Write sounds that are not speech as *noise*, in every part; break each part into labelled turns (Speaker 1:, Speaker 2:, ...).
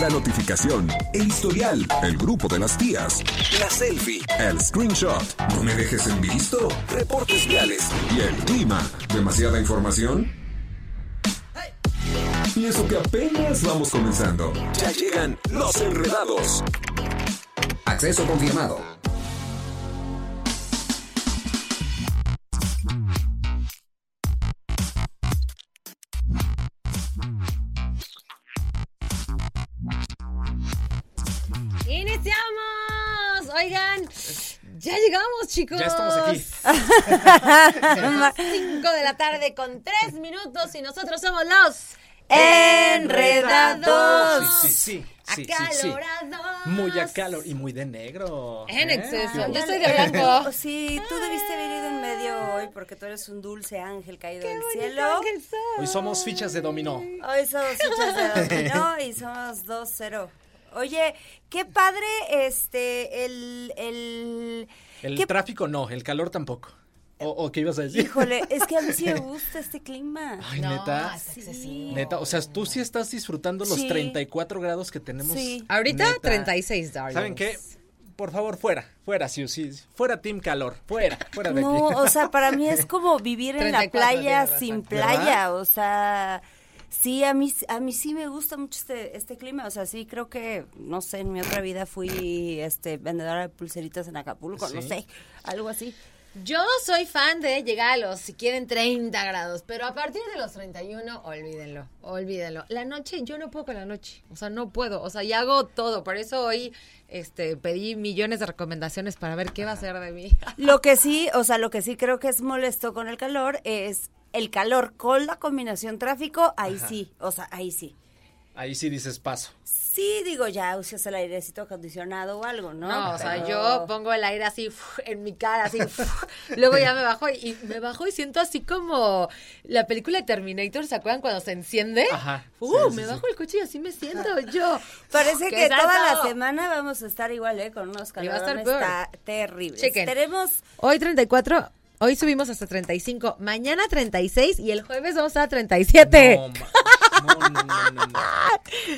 Speaker 1: la notificación, el historial, el grupo de las tías, la selfie, el screenshot, no me dejes en visto, reportes viales y el clima. ¿Demasiada información? Y eso que apenas vamos comenzando. Ya llegan los enredados. Acceso confirmado.
Speaker 2: ¡Iniciamos! Oigan, ya llegamos, chicos.
Speaker 3: Ya estamos aquí.
Speaker 2: 5 de la tarde con 3 minutos y nosotros somos los eh,
Speaker 4: Enredados.
Speaker 3: Sí, sí, Eh, sí. sí, sí, sí.
Speaker 2: acalorados.
Speaker 3: Muy acalor y muy de negro.
Speaker 2: En
Speaker 3: ¿eh?
Speaker 2: exceso.
Speaker 3: Sí.
Speaker 2: Yo estoy de blanco.
Speaker 4: *laughs* Sí, tú debiste haber ido en medio hoy porque tú eres un dulce ángel caído del cielo.
Speaker 2: Ángel Sol.
Speaker 3: Hoy somos fichas de dominó.
Speaker 4: Hoy somos fichas de dominó y somos 2-0. Oye, qué padre este, el... el,
Speaker 3: El
Speaker 4: qué-
Speaker 3: tráfico no, el calor tampoco. ¿O, o qué ibas a decir?
Speaker 4: Híjole, es que a mí sí me gusta este clima.
Speaker 3: *laughs* Ay,
Speaker 2: No,
Speaker 3: neta.
Speaker 2: es excesivo.
Speaker 3: Neta, o sea, tú sí estás disfrutando los
Speaker 4: Sí.
Speaker 3: 34 grados que tenemos.
Speaker 4: Sí.
Speaker 2: Ahorita
Speaker 3: Neta.
Speaker 2: 36, darling.
Speaker 3: ¿Saben qué? Por favor, fuera, fuera, sí, sí, fuera Team Calor, fuera, fuera de
Speaker 4: No,
Speaker 3: aquí.
Speaker 4: o sea, para mí es como vivir
Speaker 3: *laughs*
Speaker 4: en la
Speaker 2: 34
Speaker 4: playa
Speaker 2: tienes
Speaker 4: sin
Speaker 2: razón.
Speaker 4: playa,
Speaker 3: ¿Verdad?
Speaker 4: o sea, sí, a mí, a mí sí me gusta mucho este, este clima, o sea, sí creo que, no sé, en mi otra vida fui este vendedora de pulseritas en Acapulco, no
Speaker 3: Sí.
Speaker 4: sé, algo así.
Speaker 2: Yo soy fan de llegar a los, si quieren, 30 grados, pero a partir de los 31, olvídenlo, olvídenlo. La noche, yo no puedo con la noche, o sea, no puedo, o sea, y hago todo, por eso hoy este, pedí millones de recomendaciones para ver qué va a ser de mí. *laughs*
Speaker 4: Lo que sí, o sea, lo que sí creo que es molesto con el calor es el calor con la combinación tráfico, ahí sí, o sea, ahí sí.
Speaker 3: *laughs* Ahí sí dices paso.
Speaker 4: Sí, digo, ya usas el airecito acondicionado o algo, ¿no?
Speaker 2: No, o sea,
Speaker 4: Pero-
Speaker 2: yo pongo el aire así uf, en mi cara, así. uf, luego ya me bajo y y me bajo y siento así como la película de Terminator, ¿se acuerdan cuando se enciende?
Speaker 3: Ajá,
Speaker 2: Uh,
Speaker 3: sí, sí,
Speaker 2: me
Speaker 3: sí.
Speaker 2: bajo el coche y así me siento yo.
Speaker 4: Parece
Speaker 2: ¡Qué
Speaker 4: que toda la
Speaker 2: salto!
Speaker 4: semana vamos a estar igual, ¿eh? Con unos
Speaker 2: Y va a
Speaker 4: calores.
Speaker 2: estar peor.
Speaker 4: Está terrible.
Speaker 2: Chequen.
Speaker 4: Tenemos.
Speaker 2: Hoy 34, hoy subimos hasta 35, mañana 36 y el jueves vamos a
Speaker 4: Este.
Speaker 2: 37. *laughs*
Speaker 3: No, ma- no, no, no, no, no.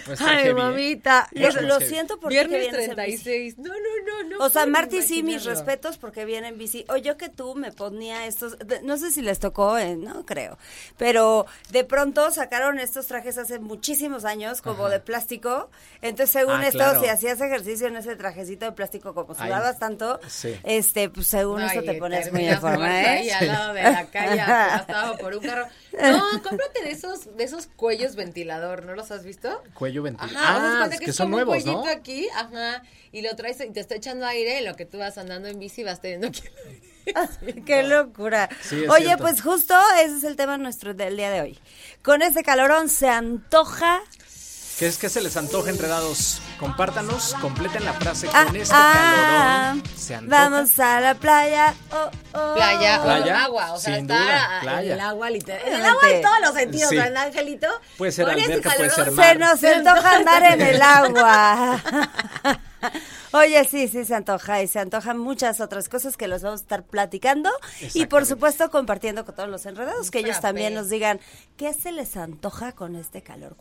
Speaker 3: No está
Speaker 2: Ay,
Speaker 3: heavy, ¿eh?
Speaker 2: mamita.
Speaker 3: No,
Speaker 4: Lo,
Speaker 3: es
Speaker 4: lo
Speaker 3: que-
Speaker 4: siento porque
Speaker 2: Viernes
Speaker 4: vienes en bici.
Speaker 2: 36. No, no, no, no.
Speaker 4: O sea,
Speaker 2: puedo
Speaker 4: Marty sí, mis
Speaker 2: imaginarlo.
Speaker 4: respetos porque viene en bici. O yo que tú me ponía estos, de- no sé si les tocó, eh, no creo, pero de pronto sacaron estos trajes hace muchísimos años como de plástico. Entonces, según
Speaker 3: Ah,
Speaker 4: esto,
Speaker 3: claro.
Speaker 4: si hacías ejercicio en ese trajecito de plástico como
Speaker 3: Ay,
Speaker 4: sudabas tanto,
Speaker 3: sí.
Speaker 4: este, pues según esto
Speaker 2: Ay,
Speaker 4: te pones muy
Speaker 2: terminas
Speaker 4: de forma,
Speaker 2: muerto Ahí
Speaker 4: ¿eh?
Speaker 2: al lado de la
Speaker 4: *laughs*
Speaker 2: calle, aplastado por un carro. No, cómprate de esos, de esos cuellos ventilador, ¿no los has visto?
Speaker 3: Cuello ventilado.
Speaker 2: Ajá, haz de
Speaker 3: Ah,
Speaker 2: cuenta
Speaker 3: es que
Speaker 2: es
Speaker 3: son
Speaker 2: como un
Speaker 3: nuevos, ¿no?
Speaker 2: cuellito aquí, ajá, y lo traes y te está echando aire, en lo que tú vas andando en bici vas teniendo que...
Speaker 4: Qué locura.
Speaker 3: Sí, es
Speaker 4: Oye,
Speaker 3: cierto.
Speaker 4: pues justo ese es el tema nuestro del día de hoy. Con este calorón se antoja.
Speaker 3: ¿Qué es que se les antoja enredados? Compártanos, completen la frase
Speaker 4: Ah,
Speaker 3: con este
Speaker 4: ah,
Speaker 3: calorón. Se antoja.
Speaker 4: vamos a la playa. Oh, oh.
Speaker 2: Playa, o
Speaker 3: Playa,
Speaker 2: agua, o sea,
Speaker 3: sin
Speaker 2: está
Speaker 3: duda,
Speaker 2: en
Speaker 3: playa.
Speaker 2: el agua literal. En el
Speaker 4: Obviamente.
Speaker 2: agua en todos los sentidos,
Speaker 3: Sí.
Speaker 2: ¿verdad, Angelito?
Speaker 3: Puede ser
Speaker 2: Con ese
Speaker 3: alberca, puede
Speaker 2: calorón
Speaker 3: ser mar.
Speaker 4: Se nos antoja andar en el agua. *laughs* Oye, sí, sí, se antoja y se antojan muchas otras cosas que los vamos a estar platicando y por
Speaker 3: Exactamente.
Speaker 4: supuesto compartiendo con todos los enredados, que ellos
Speaker 2: frappé.
Speaker 4: también nos digan qué se les antoja con este calor.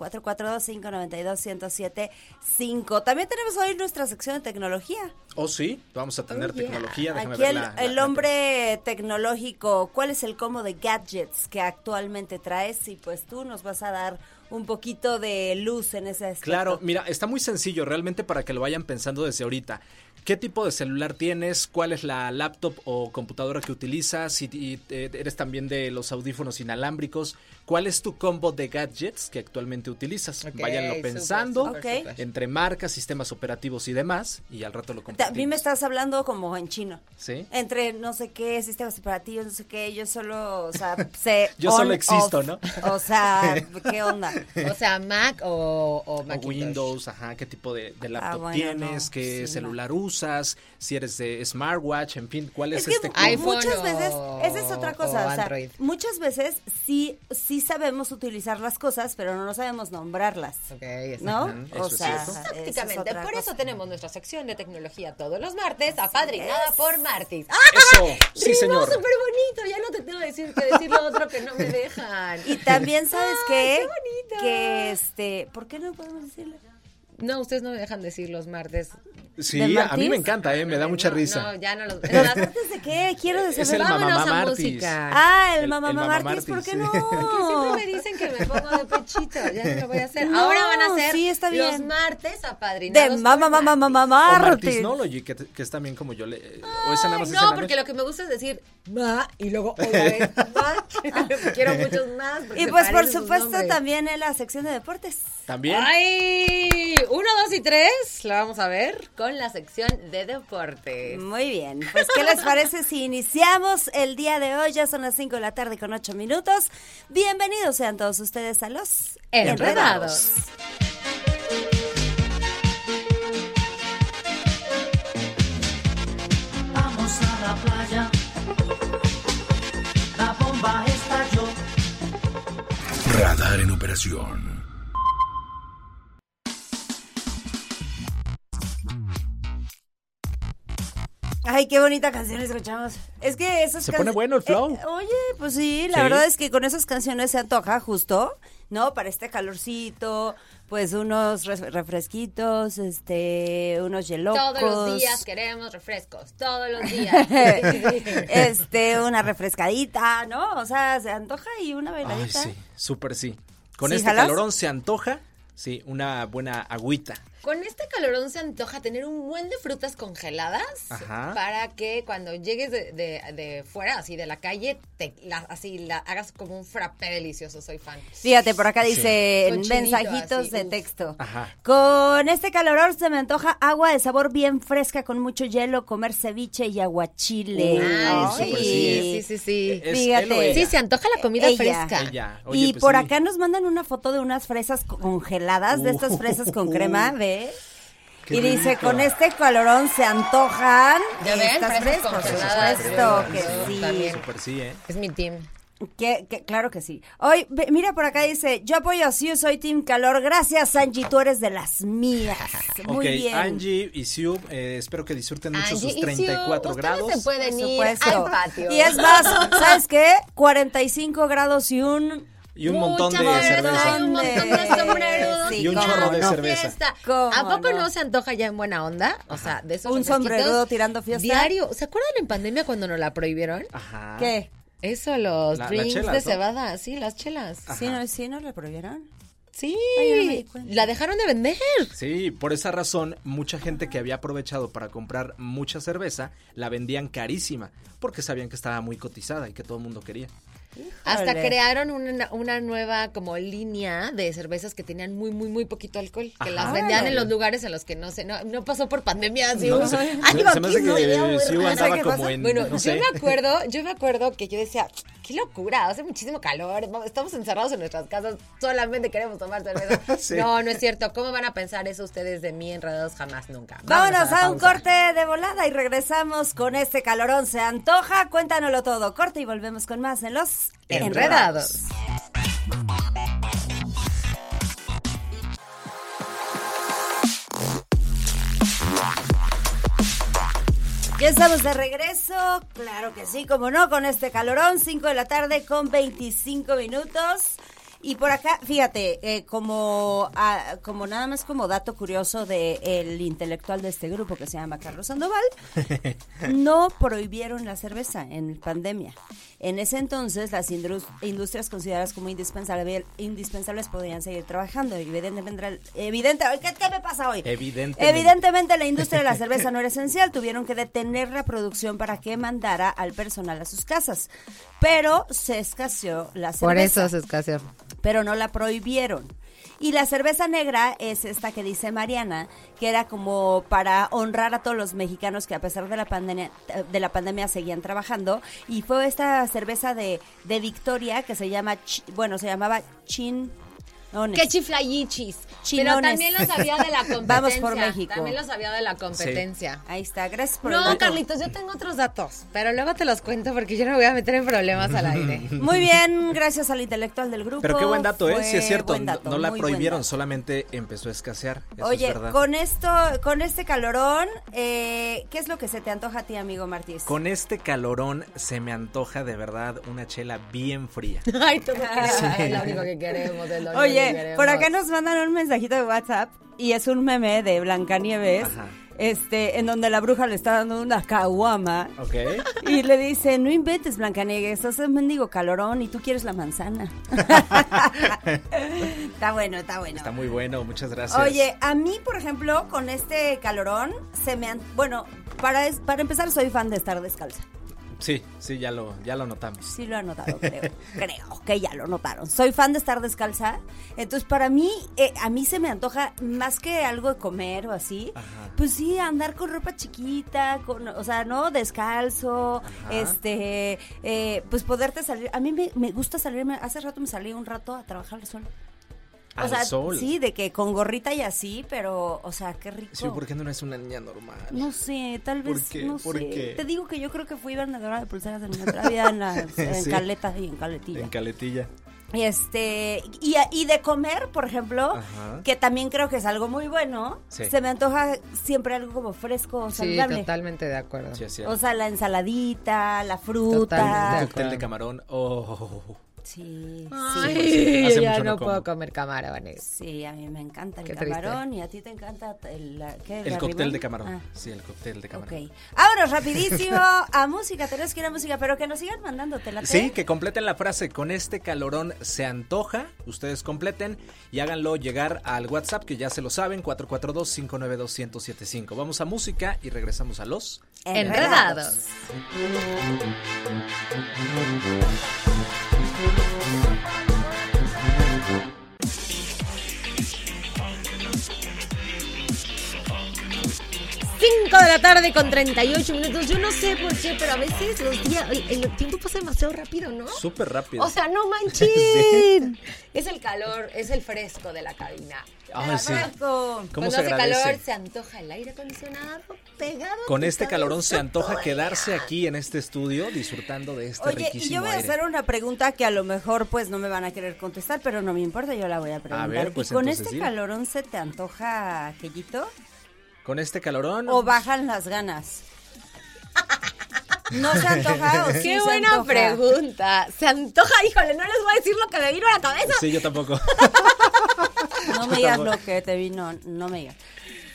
Speaker 4: 442-592-1075. También tenemos hoy nuestra sección de tecnología.
Speaker 3: Oh, sí, vamos a tener
Speaker 2: Oh, yeah.
Speaker 3: tecnología. Déjame
Speaker 4: Aquí
Speaker 3: ver
Speaker 4: el,
Speaker 3: la- la-
Speaker 4: el
Speaker 3: la-
Speaker 4: hombre tecnológico, ¿cuál es el combo de gadgets que actualmente traes? Y pues tú nos vas a dar un poquito de luz en ese aspecto.
Speaker 3: Claro, mira, está muy sencillo realmente para que lo vayan pensando desde ahorita. ¿Qué tipo de celular tienes? ¿Cuál es la laptop o computadora que utilizas? Si ti- eh, eres también de los audífonos inalámbricos, ¿cuál es tu combo de gadgets que actualmente utilizas?
Speaker 2: Ok,
Speaker 3: Váyanlo
Speaker 2: súper,
Speaker 3: pensando
Speaker 2: súper,
Speaker 4: Ok.
Speaker 2: súper.
Speaker 3: entre marcas, sistemas operativos y demás, y al rato lo
Speaker 4: Ta- A mí me
Speaker 3: compartimos.
Speaker 4: estás hablando como en chino.
Speaker 3: Sí.
Speaker 4: Entre no sé qué, sistemas operativos, no sé qué, yo solo,
Speaker 3: *laughs*
Speaker 4: o sea, sé.
Speaker 3: Yo
Speaker 4: on,
Speaker 3: solo existo,
Speaker 4: off.
Speaker 3: ¿no? *laughs*
Speaker 4: O sea, ¿qué onda?
Speaker 2: O sea, Mac o, o
Speaker 3: O
Speaker 2: Macintosh.
Speaker 3: Windows, ajá, qué tipo de, de laptop
Speaker 4: bueno,
Speaker 3: tienes,
Speaker 4: no,
Speaker 3: qué
Speaker 4: sí,
Speaker 3: celular usas, si eres de smartwatch, en fin, cuál es,
Speaker 4: Es que
Speaker 3: *laughs* este
Speaker 2: Ay,
Speaker 3: combo?
Speaker 2: iPhone
Speaker 4: muchas
Speaker 2: o-
Speaker 4: veces, esa es otra cosa,
Speaker 2: o
Speaker 4: o sea,
Speaker 2: Android.
Speaker 4: muchas veces sí, sí sabemos utilizar las cosas, pero no sabemos nombrarlas.
Speaker 2: Ok, exacto.
Speaker 4: ¿No?
Speaker 3: Ujú, eso es cierto.
Speaker 4: esa es
Speaker 2: Prácticamente,
Speaker 4: otra
Speaker 2: por eso
Speaker 4: cosa.
Speaker 2: tenemos nuestra sección de tecnología todos los martes, apadrinada por Martis. ¡Ah!
Speaker 3: Eso, sí,
Speaker 2: Rimó
Speaker 3: señor.
Speaker 2: súper bonito, ya no te tengo que decir que decir lo otro que no
Speaker 3: *laughs*
Speaker 2: me dejan.
Speaker 4: *laughs* Y también sabes
Speaker 2: Ay,
Speaker 4: qué?
Speaker 2: qué bonito.
Speaker 4: *laughs* que este, ¿por qué no podemos decirlo?
Speaker 2: No, ustedes no me dejan decir los martes.
Speaker 3: Sí, a mí me encanta, ¿eh? me da mucha
Speaker 2: No,
Speaker 3: risa.
Speaker 2: No, ya no
Speaker 3: *laughs*
Speaker 2: los.
Speaker 4: ¿Pero martes de qué? Quiero de
Speaker 3: Es
Speaker 4: saber.
Speaker 3: el
Speaker 2: Vámonos
Speaker 3: mamá
Speaker 2: a
Speaker 3: Martis.
Speaker 2: música.
Speaker 4: Ah, el,
Speaker 3: el-
Speaker 4: mamá
Speaker 3: el
Speaker 4: mamá
Speaker 3: Mamá
Speaker 4: Martis, ¿por
Speaker 3: Martis,
Speaker 4: qué
Speaker 3: sí.
Speaker 4: *laughs* no?
Speaker 2: Siempre me dicen que me pongo de pechito, ya no lo voy a hacer.
Speaker 4: No,
Speaker 2: Ahora van a ser
Speaker 4: sí, está
Speaker 2: los
Speaker 4: bien.
Speaker 2: martes apadrinados.
Speaker 4: De mamá
Speaker 2: por
Speaker 4: mamá
Speaker 2: Martis.
Speaker 4: mamá
Speaker 3: O
Speaker 4: Martis.
Speaker 3: Martisnology, que, que es también como yo le... o esa nada
Speaker 2: Ay,
Speaker 3: más es en
Speaker 2: no,
Speaker 3: la
Speaker 2: porque
Speaker 3: noche.
Speaker 2: lo que me gusta es decir ma y luego otra vez ma. Quiero muchos más. porque
Speaker 4: Y
Speaker 2: se
Speaker 4: pues por
Speaker 2: parecen sus
Speaker 4: supuesto
Speaker 2: nombres.
Speaker 4: también en la sección de deportes.
Speaker 3: También.
Speaker 2: ¡Ay! Uno, dos y tres, la vamos a ver con la sección de deportes.
Speaker 4: Muy bien, pues ¿qué les parece si iniciamos el día de hoy? Ya son las 5 de la tarde con 8 minutos. Bienvenidos sean todos ustedes a los
Speaker 2: Enredados.
Speaker 5: Vamos a la playa. La bomba estalló.
Speaker 1: Radar en operación.
Speaker 4: Ay, qué bonita canción escuchamos. Es que esas
Speaker 3: Se
Speaker 4: can-
Speaker 3: pone bueno el flow.
Speaker 4: Eh, oye, pues sí, la
Speaker 3: Sí.
Speaker 4: verdad es que con esas canciones se antoja justo, ¿no? Para este calorcito, pues unos res- refresquitos, este, unos yelocos.
Speaker 2: Todos los días
Speaker 4: *laughs*
Speaker 2: queremos refrescos, todos los días. *laughs*
Speaker 4: este, una refrescadita, ¿no? O sea, se antoja y una
Speaker 3: Ay,
Speaker 4: bailadita.
Speaker 3: sí, súper sí. Con
Speaker 4: ¿Sí
Speaker 3: este
Speaker 4: jalas?
Speaker 3: calorón se antoja, sí, una buena agüita.
Speaker 2: Con este calorón se antoja tener un buen de frutas congeladas
Speaker 3: Ajá.
Speaker 2: para que cuando llegues de, de- de fuera, así de la calle, te, la- así la hagas como un frappé delicioso. Soy fan.
Speaker 4: Fíjate, por acá dice
Speaker 2: Con chinito,
Speaker 4: mensajitos
Speaker 2: así,
Speaker 4: de
Speaker 2: uf.
Speaker 4: texto.
Speaker 3: Ajá.
Speaker 4: Con este calorón se me antoja agua de sabor bien fresca con mucho hielo, comer ceviche y aguachile.
Speaker 3: Uy,
Speaker 2: Ay,
Speaker 3: súper
Speaker 2: sí,
Speaker 3: sí. eh.
Speaker 2: sí, sí, sí.
Speaker 3: Es
Speaker 4: Fíjate.
Speaker 3: él o ella.
Speaker 2: Sí, se antoja la comida
Speaker 4: Ella.
Speaker 2: fresca.
Speaker 3: Ella. Oye,
Speaker 4: Y
Speaker 3: pues
Speaker 4: por
Speaker 3: sí.
Speaker 4: acá nos mandan una foto de unas fresas co- congeladas, de estas fresas con crema, ¿ve?
Speaker 3: Uh. *laughs* Qué
Speaker 4: Y dice,
Speaker 3: rico.
Speaker 4: con este calorón se antojan
Speaker 2: ¿Ya ven?
Speaker 4: estas
Speaker 2: Fresas
Speaker 4: fresas, por
Speaker 2: congeladas.
Speaker 4: supuesto que
Speaker 2: Yo
Speaker 4: sí.
Speaker 2: también.
Speaker 3: Súper sí, ¿eh?
Speaker 2: Es mi team.
Speaker 4: Que- que- claro que sí. Hoy, ve- mira por acá dice, yo apoyo a Siu, soy Team Calor. Gracias, Angie, tú eres de las mías. Muy
Speaker 3: ok,
Speaker 4: bien.
Speaker 3: Angie y Sue, eh, espero que disfruten mucho
Speaker 2: Angie
Speaker 3: sus
Speaker 2: y Sue,
Speaker 3: 34
Speaker 2: ustedes
Speaker 3: grados.
Speaker 2: se pueden
Speaker 4: Por
Speaker 2: ir
Speaker 4: supuesto.
Speaker 2: al patio.
Speaker 4: Y
Speaker 2: *laughs*
Speaker 4: es más, ¿sabes qué? 45 grados y un...
Speaker 3: Y un montón de
Speaker 2: Mucha verdad,
Speaker 3: cerveza.
Speaker 2: y un montón de sombrerudos.
Speaker 4: Sí,
Speaker 3: Y un chorro de
Speaker 2: no,
Speaker 3: cerveza.
Speaker 2: fiesta.
Speaker 4: ¿Cómo
Speaker 2: ¿A poco
Speaker 4: no?
Speaker 2: no? se antoja ya en buena onda? O sea, de esos
Speaker 4: Un
Speaker 2: refresquitos
Speaker 4: sombrerudo tirando fiesta.
Speaker 2: Diario. ¿Se acuerdan en pandemia cuando nos la prohibieron?
Speaker 3: Ajá.
Speaker 4: ¿Qué?
Speaker 2: Eso, los
Speaker 3: Ah. La- las
Speaker 2: drinks
Speaker 3: chelas,
Speaker 2: de
Speaker 3: ¿no?
Speaker 2: cebada. Sí, las chelas.
Speaker 4: ¿Sí, no, ¿Sí no le prohibieron?
Speaker 2: Sí.
Speaker 4: Ay, yo no me di cuenta.
Speaker 2: la dejaron de vender.
Speaker 3: Sí, por esa razón, mucha gente que había aprovechado para comprar mucha cerveza la vendían carísima porque sabían que estaba muy cotizada y que todo el mundo quería.
Speaker 2: Hasta
Speaker 4: Híjole.
Speaker 2: crearon una, una nueva como línea de cervezas que tenían muy, muy, muy poquito alcohol. Que las
Speaker 3: Ajá.
Speaker 2: vendían en los lugares en los que no se, no, no pasó por pandemia. Así,
Speaker 3: No,
Speaker 2: uno-
Speaker 3: se,
Speaker 2: algo
Speaker 3: se- se me hace
Speaker 2: aquí no había,
Speaker 3: que
Speaker 2: güey,
Speaker 3: Sue
Speaker 2: no sé
Speaker 3: andaba
Speaker 2: qué
Speaker 3: como
Speaker 2: pasa.
Speaker 3: en.
Speaker 2: Bueno,
Speaker 3: no sé.
Speaker 2: yo me acuerdo, yo me acuerdo que yo decía, qué locura, hace muchísimo calor, vamos, estamos encerrados en nuestras casas, solamente queremos tomar cerveza.
Speaker 3: *laughs* Sí.
Speaker 2: No, no es cierto. ¿Cómo van a pensar eso ustedes de mí enredados jamás nunca?
Speaker 4: Vámonos
Speaker 2: la
Speaker 4: a un
Speaker 2: pausa.
Speaker 4: corte de volada y regresamos con este calorón. Se antoja, cuéntanoslo todo. Corte y volvemos con más en los
Speaker 2: Enredados.
Speaker 4: Ya estamos de regreso, claro que sí, como no, con este calorón, 5 de la tarde con 25 minutos. Y por acá, fíjate, eh, como, ah, como nada más como dato curioso del intelectual de este grupo que se llama Carlos Sandoval, no prohibieron la cerveza en pandemia. En ese entonces, las indru- industrias consideradas como indispensable- indispensables podían seguir trabajando. Evidentemente, evidente, ay, ¿qué, qué me pasa hoy?
Speaker 3: Evidentemente.
Speaker 4: Evidentemente, la industria
Speaker 2: *laughs*
Speaker 4: de la cerveza no era esencial. Tuvieron que detener la producción para que mandara al personal a sus casas. Pero se escaseó la cerveza.
Speaker 2: Por eso se escaseó.
Speaker 4: Pero no la prohibieron. Y la cerveza negra es esta que dice Mariana, que era como para honrar a todos los mexicanos que a pesar de la pandemia, de la pandemia seguían trabajando. Y fue esta cerveza de, de Victoria que se llama, chi- bueno, se llamaba Chin.
Speaker 2: Qué chiflayichis. Pero
Speaker 4: Chinones.
Speaker 2: también lo sabía de *laughs* la competencia.
Speaker 4: Vamos por México.
Speaker 2: También lo sabía de la competencia.
Speaker 4: Ahí está, gracias por el
Speaker 2: No,
Speaker 4: dato.
Speaker 2: Carlitos, yo tengo otros datos, pero luego te los cuento porque yo no me voy a meter en problemas al aire.
Speaker 3: *laughs*
Speaker 4: Muy bien, gracias al intelectual del grupo.
Speaker 3: Pero qué buen dato, ¿eh?
Speaker 4: Fue
Speaker 3: Sí, es cierto.
Speaker 4: buen dato,
Speaker 3: no la
Speaker 4: muy buen
Speaker 3: prohibieron,
Speaker 4: dato.
Speaker 3: solamente empezó a escasear. Eso
Speaker 4: Oye,
Speaker 3: es verdad.
Speaker 4: con esto, con este calorón, eh, ¿qué es lo que se te antoja a ti, amigo Martís?
Speaker 3: Con este calorón se me antoja de verdad una chela bien fría.
Speaker 2: *laughs* Ay, tú me quieres, es lo único que queremos. Es lo único
Speaker 4: Oye, por acá nos mandan un mensajito de WhatsApp y es un meme de Blancanieves.
Speaker 3: Ajá.
Speaker 4: Este, en donde la bruja le está dando una caguama
Speaker 3: Ok.
Speaker 4: y le dice, no inventes Blancanieves, haces un mendigo calorón y tú quieres la manzana. *laughs* está bueno, está bueno.
Speaker 3: Está muy bueno, muchas gracias.
Speaker 4: Oye, a mí, por ejemplo, con este calorón, se me... han- Bueno, para, es- para empezar, soy fan de estar descalza.
Speaker 3: Sí, sí, ya lo, ya lo notamos.
Speaker 4: Sí lo han notado,
Speaker 3: *laughs*
Speaker 4: creo. creo que ya lo notaron. Soy fan de estar descalza. Entonces, para mí, eh, a mí se me antoja más que algo de comer o así.
Speaker 3: Ajá.
Speaker 4: Pues sí, andar con ropa chiquita, con, o sea, ¿no? Descalzo, este, eh, pues poderte salir. A mí me, me gusta salirme. Hace rato me salí un rato a trabajar al sol.
Speaker 3: Al
Speaker 4: o sea,
Speaker 3: sol.
Speaker 4: sí, de que con gorrita y así, pero, o sea, qué rico.
Speaker 3: Sí, ¿por qué no eres una niña normal?
Speaker 4: No sé, tal
Speaker 3: ¿Por
Speaker 4: vez,
Speaker 3: qué?
Speaker 4: no
Speaker 3: ¿Por
Speaker 4: sé.
Speaker 3: qué?
Speaker 4: Te digo que yo creo que fui vendedora de pulseras en nuestra vida en, las-
Speaker 3: *laughs*
Speaker 4: en
Speaker 3: Sí.
Speaker 4: caletas y en caletilla.
Speaker 3: En caletilla.
Speaker 4: Y este, y, y de comer, por ejemplo,
Speaker 3: Ajá.
Speaker 4: que también creo que es algo muy bueno,
Speaker 3: Sí.
Speaker 4: se me antoja siempre algo como fresco, o
Speaker 2: Sí,
Speaker 4: saludable.
Speaker 2: totalmente de acuerdo.
Speaker 3: Sí, es cierto.
Speaker 4: O sea, la ensaladita, la fruta.
Speaker 2: Totalmente.
Speaker 3: Un cóctel de camarón. Oh,
Speaker 4: Sí,
Speaker 2: Ay,
Speaker 4: sí.
Speaker 3: Hace
Speaker 2: yo ya
Speaker 3: mucho no
Speaker 2: no
Speaker 3: como.
Speaker 2: puedo comer camarones.
Speaker 4: Sí, a mí me encanta el
Speaker 2: Qué triste.
Speaker 4: camarón y a ti te encanta el, la- ¿qué,
Speaker 3: el
Speaker 4: la
Speaker 3: cóctel de
Speaker 4: ribona?
Speaker 3: camarón.
Speaker 4: Ah.
Speaker 3: Sí, el cóctel de camarón.
Speaker 4: Ok. Vámonos rapidísimo a música. Tenemos que ir a música, pero que nos sigan mandando. ¿Te late?
Speaker 3: Sí, que completen la frase con este calorón se antoja. Ustedes completen y háganlo llegar al WhatsApp que ya se lo saben 442 592 1075. Vamos a música y regresamos a los
Speaker 2: Enredados. Cinco de la tarde con 38 minutos. Yo no sé por qué, pero a veces los días, el, el tiempo pasa demasiado rápido, ¿no?
Speaker 3: súper rápido.
Speaker 2: O sea, no manchen. Es el calor, es el fresco de la cabina.
Speaker 3: Ay, sí.
Speaker 4: Fresco.
Speaker 3: ¿Cómo
Speaker 2: Cuando
Speaker 3: se
Speaker 2: hace
Speaker 3: agradece?
Speaker 2: calor se antoja el aire acondicionado pegado. a
Speaker 3: Con
Speaker 2: tu
Speaker 3: este calorón se
Speaker 2: cabeza
Speaker 3: antoja
Speaker 2: todo el
Speaker 3: quedarse aquí en este estudio disfrutando de este
Speaker 4: Oye, y
Speaker 3: riquísimo
Speaker 4: yo voy a
Speaker 3: aire.
Speaker 4: hacer una pregunta que a lo mejor pues no me van a querer contestar, pero no me importa, yo la voy a preguntar.
Speaker 3: ver, pues,
Speaker 4: ¿Y con
Speaker 3: entonces,
Speaker 4: este
Speaker 3: dime.
Speaker 4: calorón se te antoja aquellito?
Speaker 3: Con este calorón
Speaker 4: ¿O bajan las ganas? ¿No se
Speaker 3: *laughs*
Speaker 4: antoja o sí
Speaker 2: Qué
Speaker 4: se
Speaker 2: buena
Speaker 4: antoja?
Speaker 2: pregunta. Se antoja, híjole, no les voy a decir lo que me vino a la cabeza.
Speaker 3: pues, Sí,
Speaker 2: *laughs*
Speaker 3: yo tampoco.
Speaker 4: No me digas lo que te vino, no me digas.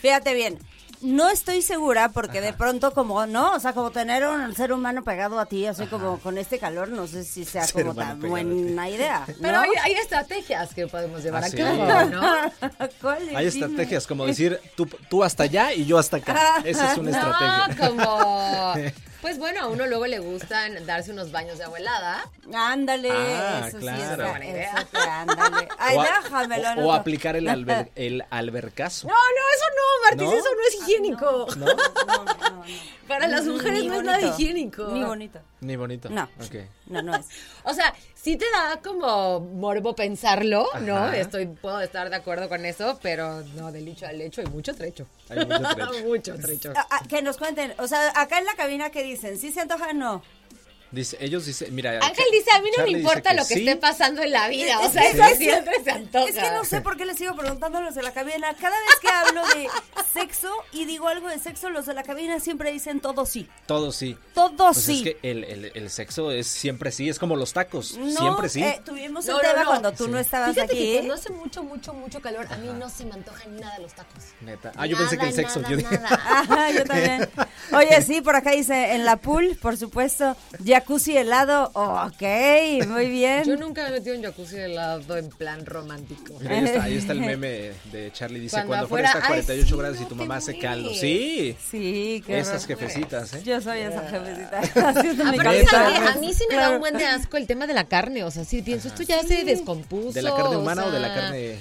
Speaker 4: Fíjate bien, no estoy segura porque de pronto como, ¿no? O sea, como tener un ser humano pegado a ti, así como con este calor, no sé si
Speaker 3: *laughs*
Speaker 4: sea
Speaker 3: Ser
Speaker 4: como
Speaker 3: humano
Speaker 4: tan
Speaker 3: pegado a ti.
Speaker 4: buena idea. ¿no?
Speaker 2: Pero hay, hay estrategias que podemos llevar
Speaker 3: Ah,
Speaker 2: a
Speaker 3: sí.
Speaker 2: cabo, ¿no?
Speaker 4: *laughs* ¿Cuál es?
Speaker 3: Hay
Speaker 4: Dime.
Speaker 3: estrategias como decir tú, tú hasta allá y yo hasta acá. Esa es una
Speaker 2: Ah. *laughs* No,
Speaker 3: estrategia. *laughs*
Speaker 2: como. Pues bueno, a uno luego le gustan darse unos baños de abuelada.
Speaker 4: Ándale,
Speaker 3: Ah,
Speaker 4: eso sí
Speaker 3: claro.
Speaker 4: es buena
Speaker 2: Buena idea.
Speaker 4: idea. ándale.
Speaker 3: *laughs*
Speaker 4: Ay,
Speaker 3: o, a-
Speaker 4: déjamelo.
Speaker 3: o- o aplicar
Speaker 2: *laughs*
Speaker 3: el, alber- el albercazo.
Speaker 2: No, no, eso no, Martín,
Speaker 3: ¿No?
Speaker 2: eso no es higiénico.
Speaker 4: No, no, no, no.
Speaker 2: Para las
Speaker 4: Ni-
Speaker 2: mujeres
Speaker 4: ni
Speaker 2: no es nada
Speaker 4: bonito,
Speaker 2: higiénico.
Speaker 4: Ni bonito.
Speaker 3: Ni bonito.
Speaker 4: No.
Speaker 3: Ok.
Speaker 4: No, no es.
Speaker 2: O sea, sí te da como morbo pensarlo, ¿no?
Speaker 3: Ajá.
Speaker 2: Estoy, puedo estar de acuerdo con eso, pero no, del hecho al hecho hay mucho trecho.
Speaker 3: Hay mucho
Speaker 2: *laughs*
Speaker 3: trecho.
Speaker 2: mucho trecho.
Speaker 4: Ah, ah, que nos cuenten. O sea, acá en la cabina, ¿qué dicen? ¿Sí se antoja o no?
Speaker 3: Dice, ellos dicen, mira.
Speaker 2: Ángel
Speaker 3: Cha-
Speaker 2: dice, a mí no
Speaker 3: Charlie
Speaker 2: me
Speaker 3: dice
Speaker 2: importa lo que
Speaker 3: sí.
Speaker 2: esté pasando en la vida, o
Speaker 4: Es
Speaker 2: sea,
Speaker 4: que
Speaker 2: eso
Speaker 4: es-
Speaker 2: siempre se antoja.
Speaker 4: Es que no sé por qué les sigo preguntando a los de la cabina. Cada vez que hablo de sexo y digo algo de sexo, los de la cabina siempre dicen todo sí.
Speaker 3: Todo sí.
Speaker 4: Todo
Speaker 3: Pues
Speaker 4: sí.
Speaker 3: es que el, el- el sexo es siempre sí, es como los tacos.
Speaker 4: No,
Speaker 3: siempre sí.
Speaker 4: eh, tuvimos
Speaker 2: No,
Speaker 4: un
Speaker 2: no,
Speaker 4: tema
Speaker 2: no.
Speaker 4: cuando tú no estabas
Speaker 2: Fíjate
Speaker 4: aquí. ¿eh?
Speaker 2: que cuando hace mucho, mucho, mucho calor, a mí no se me antojan nada los tacos.
Speaker 3: Neta. Ah, yo pensé que el
Speaker 2: Nada,
Speaker 3: sexo.
Speaker 2: nada,
Speaker 3: yo dije-
Speaker 2: nada.
Speaker 4: Ajá, yo también. Oye, sí, por acá dice en la pool, por supuesto, jacuzzi helado. ok, muy
Speaker 2: Yo
Speaker 4: bien.
Speaker 2: nunca me he metido en jacuzzi de lado en plan romántico.
Speaker 3: Mira, ahí, está, ahí está el meme de Charlie. Dice,
Speaker 2: Cuando
Speaker 3: cuando, fuera
Speaker 2: afuera,
Speaker 3: está
Speaker 2: ay,
Speaker 3: 48
Speaker 2: sí,
Speaker 3: grados
Speaker 2: no
Speaker 3: y
Speaker 2: te
Speaker 3: tu mamá hace caldo.
Speaker 2: mueres.
Speaker 3: Sí.
Speaker 4: Sí, qué
Speaker 3: Esas
Speaker 4: horror.
Speaker 3: jefecitas, ¿eh?
Speaker 4: Yo soy esa jefecita. *laughs* haciendo mi
Speaker 2: Ah. Aparte,
Speaker 4: cabeza
Speaker 2: ¿sabes
Speaker 4: de
Speaker 2: qué?
Speaker 4: res.
Speaker 2: a mí sí me da
Speaker 4: Claro.
Speaker 2: un buen de asco el tema de la carne. O sea, sí pienso, esto ya se descompuso.
Speaker 3: ¿De la carne
Speaker 2: o
Speaker 3: humana o, de la
Speaker 2: sea,
Speaker 3: carne.? eh,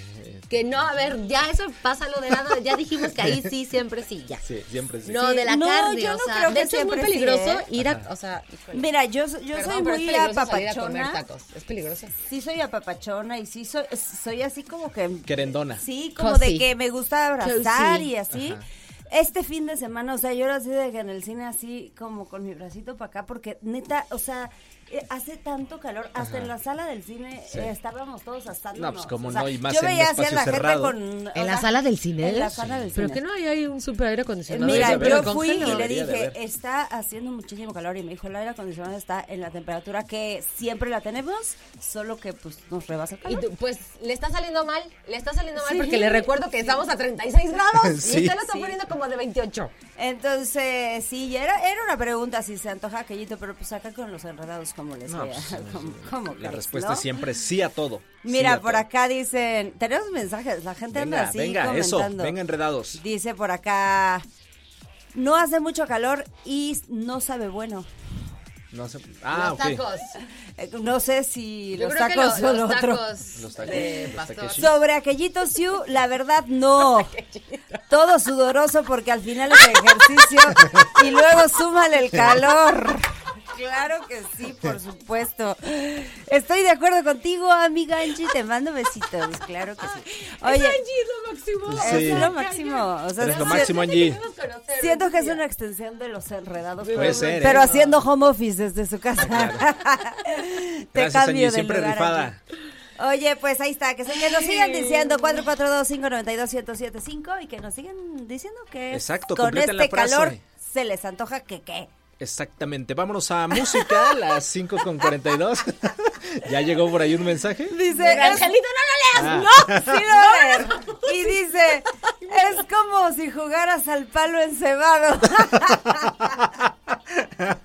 Speaker 2: Que no, a ver, ya eso pasa lo de lado. Ya dijimos que ahí sí, siempre sí, ya.
Speaker 3: sí, siempre sí.
Speaker 2: No,
Speaker 4: Sí.
Speaker 2: de la
Speaker 4: No,
Speaker 2: carne,
Speaker 4: yo
Speaker 2: o
Speaker 4: no
Speaker 2: sea,
Speaker 4: creo
Speaker 2: de
Speaker 4: que
Speaker 2: hecho es muy
Speaker 4: siempre sí,
Speaker 2: peligroso
Speaker 4: ¿eh?
Speaker 2: ir a, o sea, híjole.
Speaker 4: Mira, yo, so- yo
Speaker 2: Perdón,
Speaker 4: soy
Speaker 2: pero es
Speaker 4: muy
Speaker 2: peligroso salir a comer
Speaker 4: apapachona.
Speaker 2: tacos, es peligroso.
Speaker 4: Sí, soy apapachona y sí soy, soy así como que.
Speaker 3: Querendona.
Speaker 4: Sí, como
Speaker 2: Cozy.
Speaker 4: de que me gusta abrazar
Speaker 2: Cozy.
Speaker 4: y así.
Speaker 3: Ajá.
Speaker 4: Este fin de semana, o sea, yo era así de que en el cine así como con mi bracito para acá, porque neta, o sea, eh, hace tanto calor, hasta en la sala del cine eh, estábamos todos asando.
Speaker 3: No, pues, cómo no, y más
Speaker 4: yo
Speaker 3: en un
Speaker 4: veía así a
Speaker 3: espacio
Speaker 4: la gente
Speaker 3: cerrado.
Speaker 4: con...
Speaker 2: ¿En
Speaker 4: o
Speaker 2: la
Speaker 4: sea,
Speaker 2: sala del cine?
Speaker 4: En la sala del cine.
Speaker 2: Pero que no hay ahí un super aire acondicionado.
Speaker 4: Mira,
Speaker 3: Debería de
Speaker 4: yo
Speaker 3: haber.
Speaker 4: fui y le
Speaker 3: Debería de
Speaker 4: dije,
Speaker 3: haber.
Speaker 4: está haciendo muchísimo calor y me dijo, el aire acondicionado está en la temperatura que siempre la tenemos, solo que pues nos rebasa el
Speaker 2: Y
Speaker 4: calor.
Speaker 2: tú, pues le está saliendo mal, le está saliendo mal
Speaker 4: Sí.
Speaker 2: porque le recuerdo que estamos a 36 *laughs* grados
Speaker 3: Sí.
Speaker 2: y usted lo está
Speaker 4: Sí.
Speaker 2: poniendo como de 28.
Speaker 4: Entonces, sí, ya era, era una pregunta si se antoja aquellito, pero pues acá con los enredados, ¿cómo les
Speaker 3: No,
Speaker 4: queda?
Speaker 3: pues,
Speaker 4: *laughs* ¿Cómo- cómo
Speaker 3: La
Speaker 4: crees,
Speaker 3: respuesta
Speaker 4: no?
Speaker 3: es siempre sí a todo. sí
Speaker 4: Mira,
Speaker 3: a
Speaker 4: por
Speaker 3: todo.
Speaker 4: acá dicen, tenemos mensajes, la gente anda
Speaker 3: Venga,
Speaker 4: así
Speaker 3: venga, eso,
Speaker 4: comentando.
Speaker 3: venga enredados.
Speaker 4: Dice por acá, no hace mucho calor y no sabe bueno.
Speaker 3: No sé- ah,
Speaker 2: los
Speaker 3: ok.
Speaker 2: tacos.
Speaker 4: Eh, No sé si
Speaker 2: Yo
Speaker 4: los
Speaker 2: creo que
Speaker 4: tacos
Speaker 2: lo-
Speaker 4: o lo
Speaker 2: los
Speaker 4: otro.
Speaker 2: tacos.
Speaker 3: Los tacos,
Speaker 2: de
Speaker 3: los
Speaker 2: pastor.
Speaker 3: takeshi.
Speaker 4: Sobre aquellito Siu, la verdad
Speaker 3: *laughs*
Speaker 4: no. Todo sudoroso porque al final es ejercicio y luego súmale el calor. Claro que sí, por supuesto. Estoy de acuerdo contigo, amiga Angie. Te mando besitos, claro que sí. Oye,
Speaker 2: Angie es lo máximo.
Speaker 3: Sí.
Speaker 4: es lo máximo. O sea,
Speaker 3: Eres lo
Speaker 4: sí-
Speaker 3: máximo, Angie.
Speaker 4: Siento que es una extensión de los enredados.
Speaker 3: Puede
Speaker 4: pero,
Speaker 3: ser, ¿eh? Ah,
Speaker 4: pero haciendo home office desde su casa. *laughs* Te
Speaker 3: Gracias,
Speaker 4: cambio
Speaker 3: Angie,
Speaker 4: de
Speaker 3: siempre
Speaker 4: lugar,
Speaker 3: rifada.
Speaker 4: Angie. Oye, pues ahí está, que, se- que nos sigan diciendo 442-592-1075 y que nos sigan diciendo que
Speaker 3: Exacto,
Speaker 4: con
Speaker 3: completen la
Speaker 4: este
Speaker 3: frase.
Speaker 4: calor se les antoja que qué.
Speaker 3: Exactamente, vámonos a música a las 5 con 42. *laughs* ya llegó por ahí un mensaje.
Speaker 4: Dice, es-
Speaker 2: Angelito, no lo leas.
Speaker 3: Ah,
Speaker 4: ¡No! ¡Sí lo es! *laughs* Y dice, es como si jugaras al palo encebado. *laughs* Ah.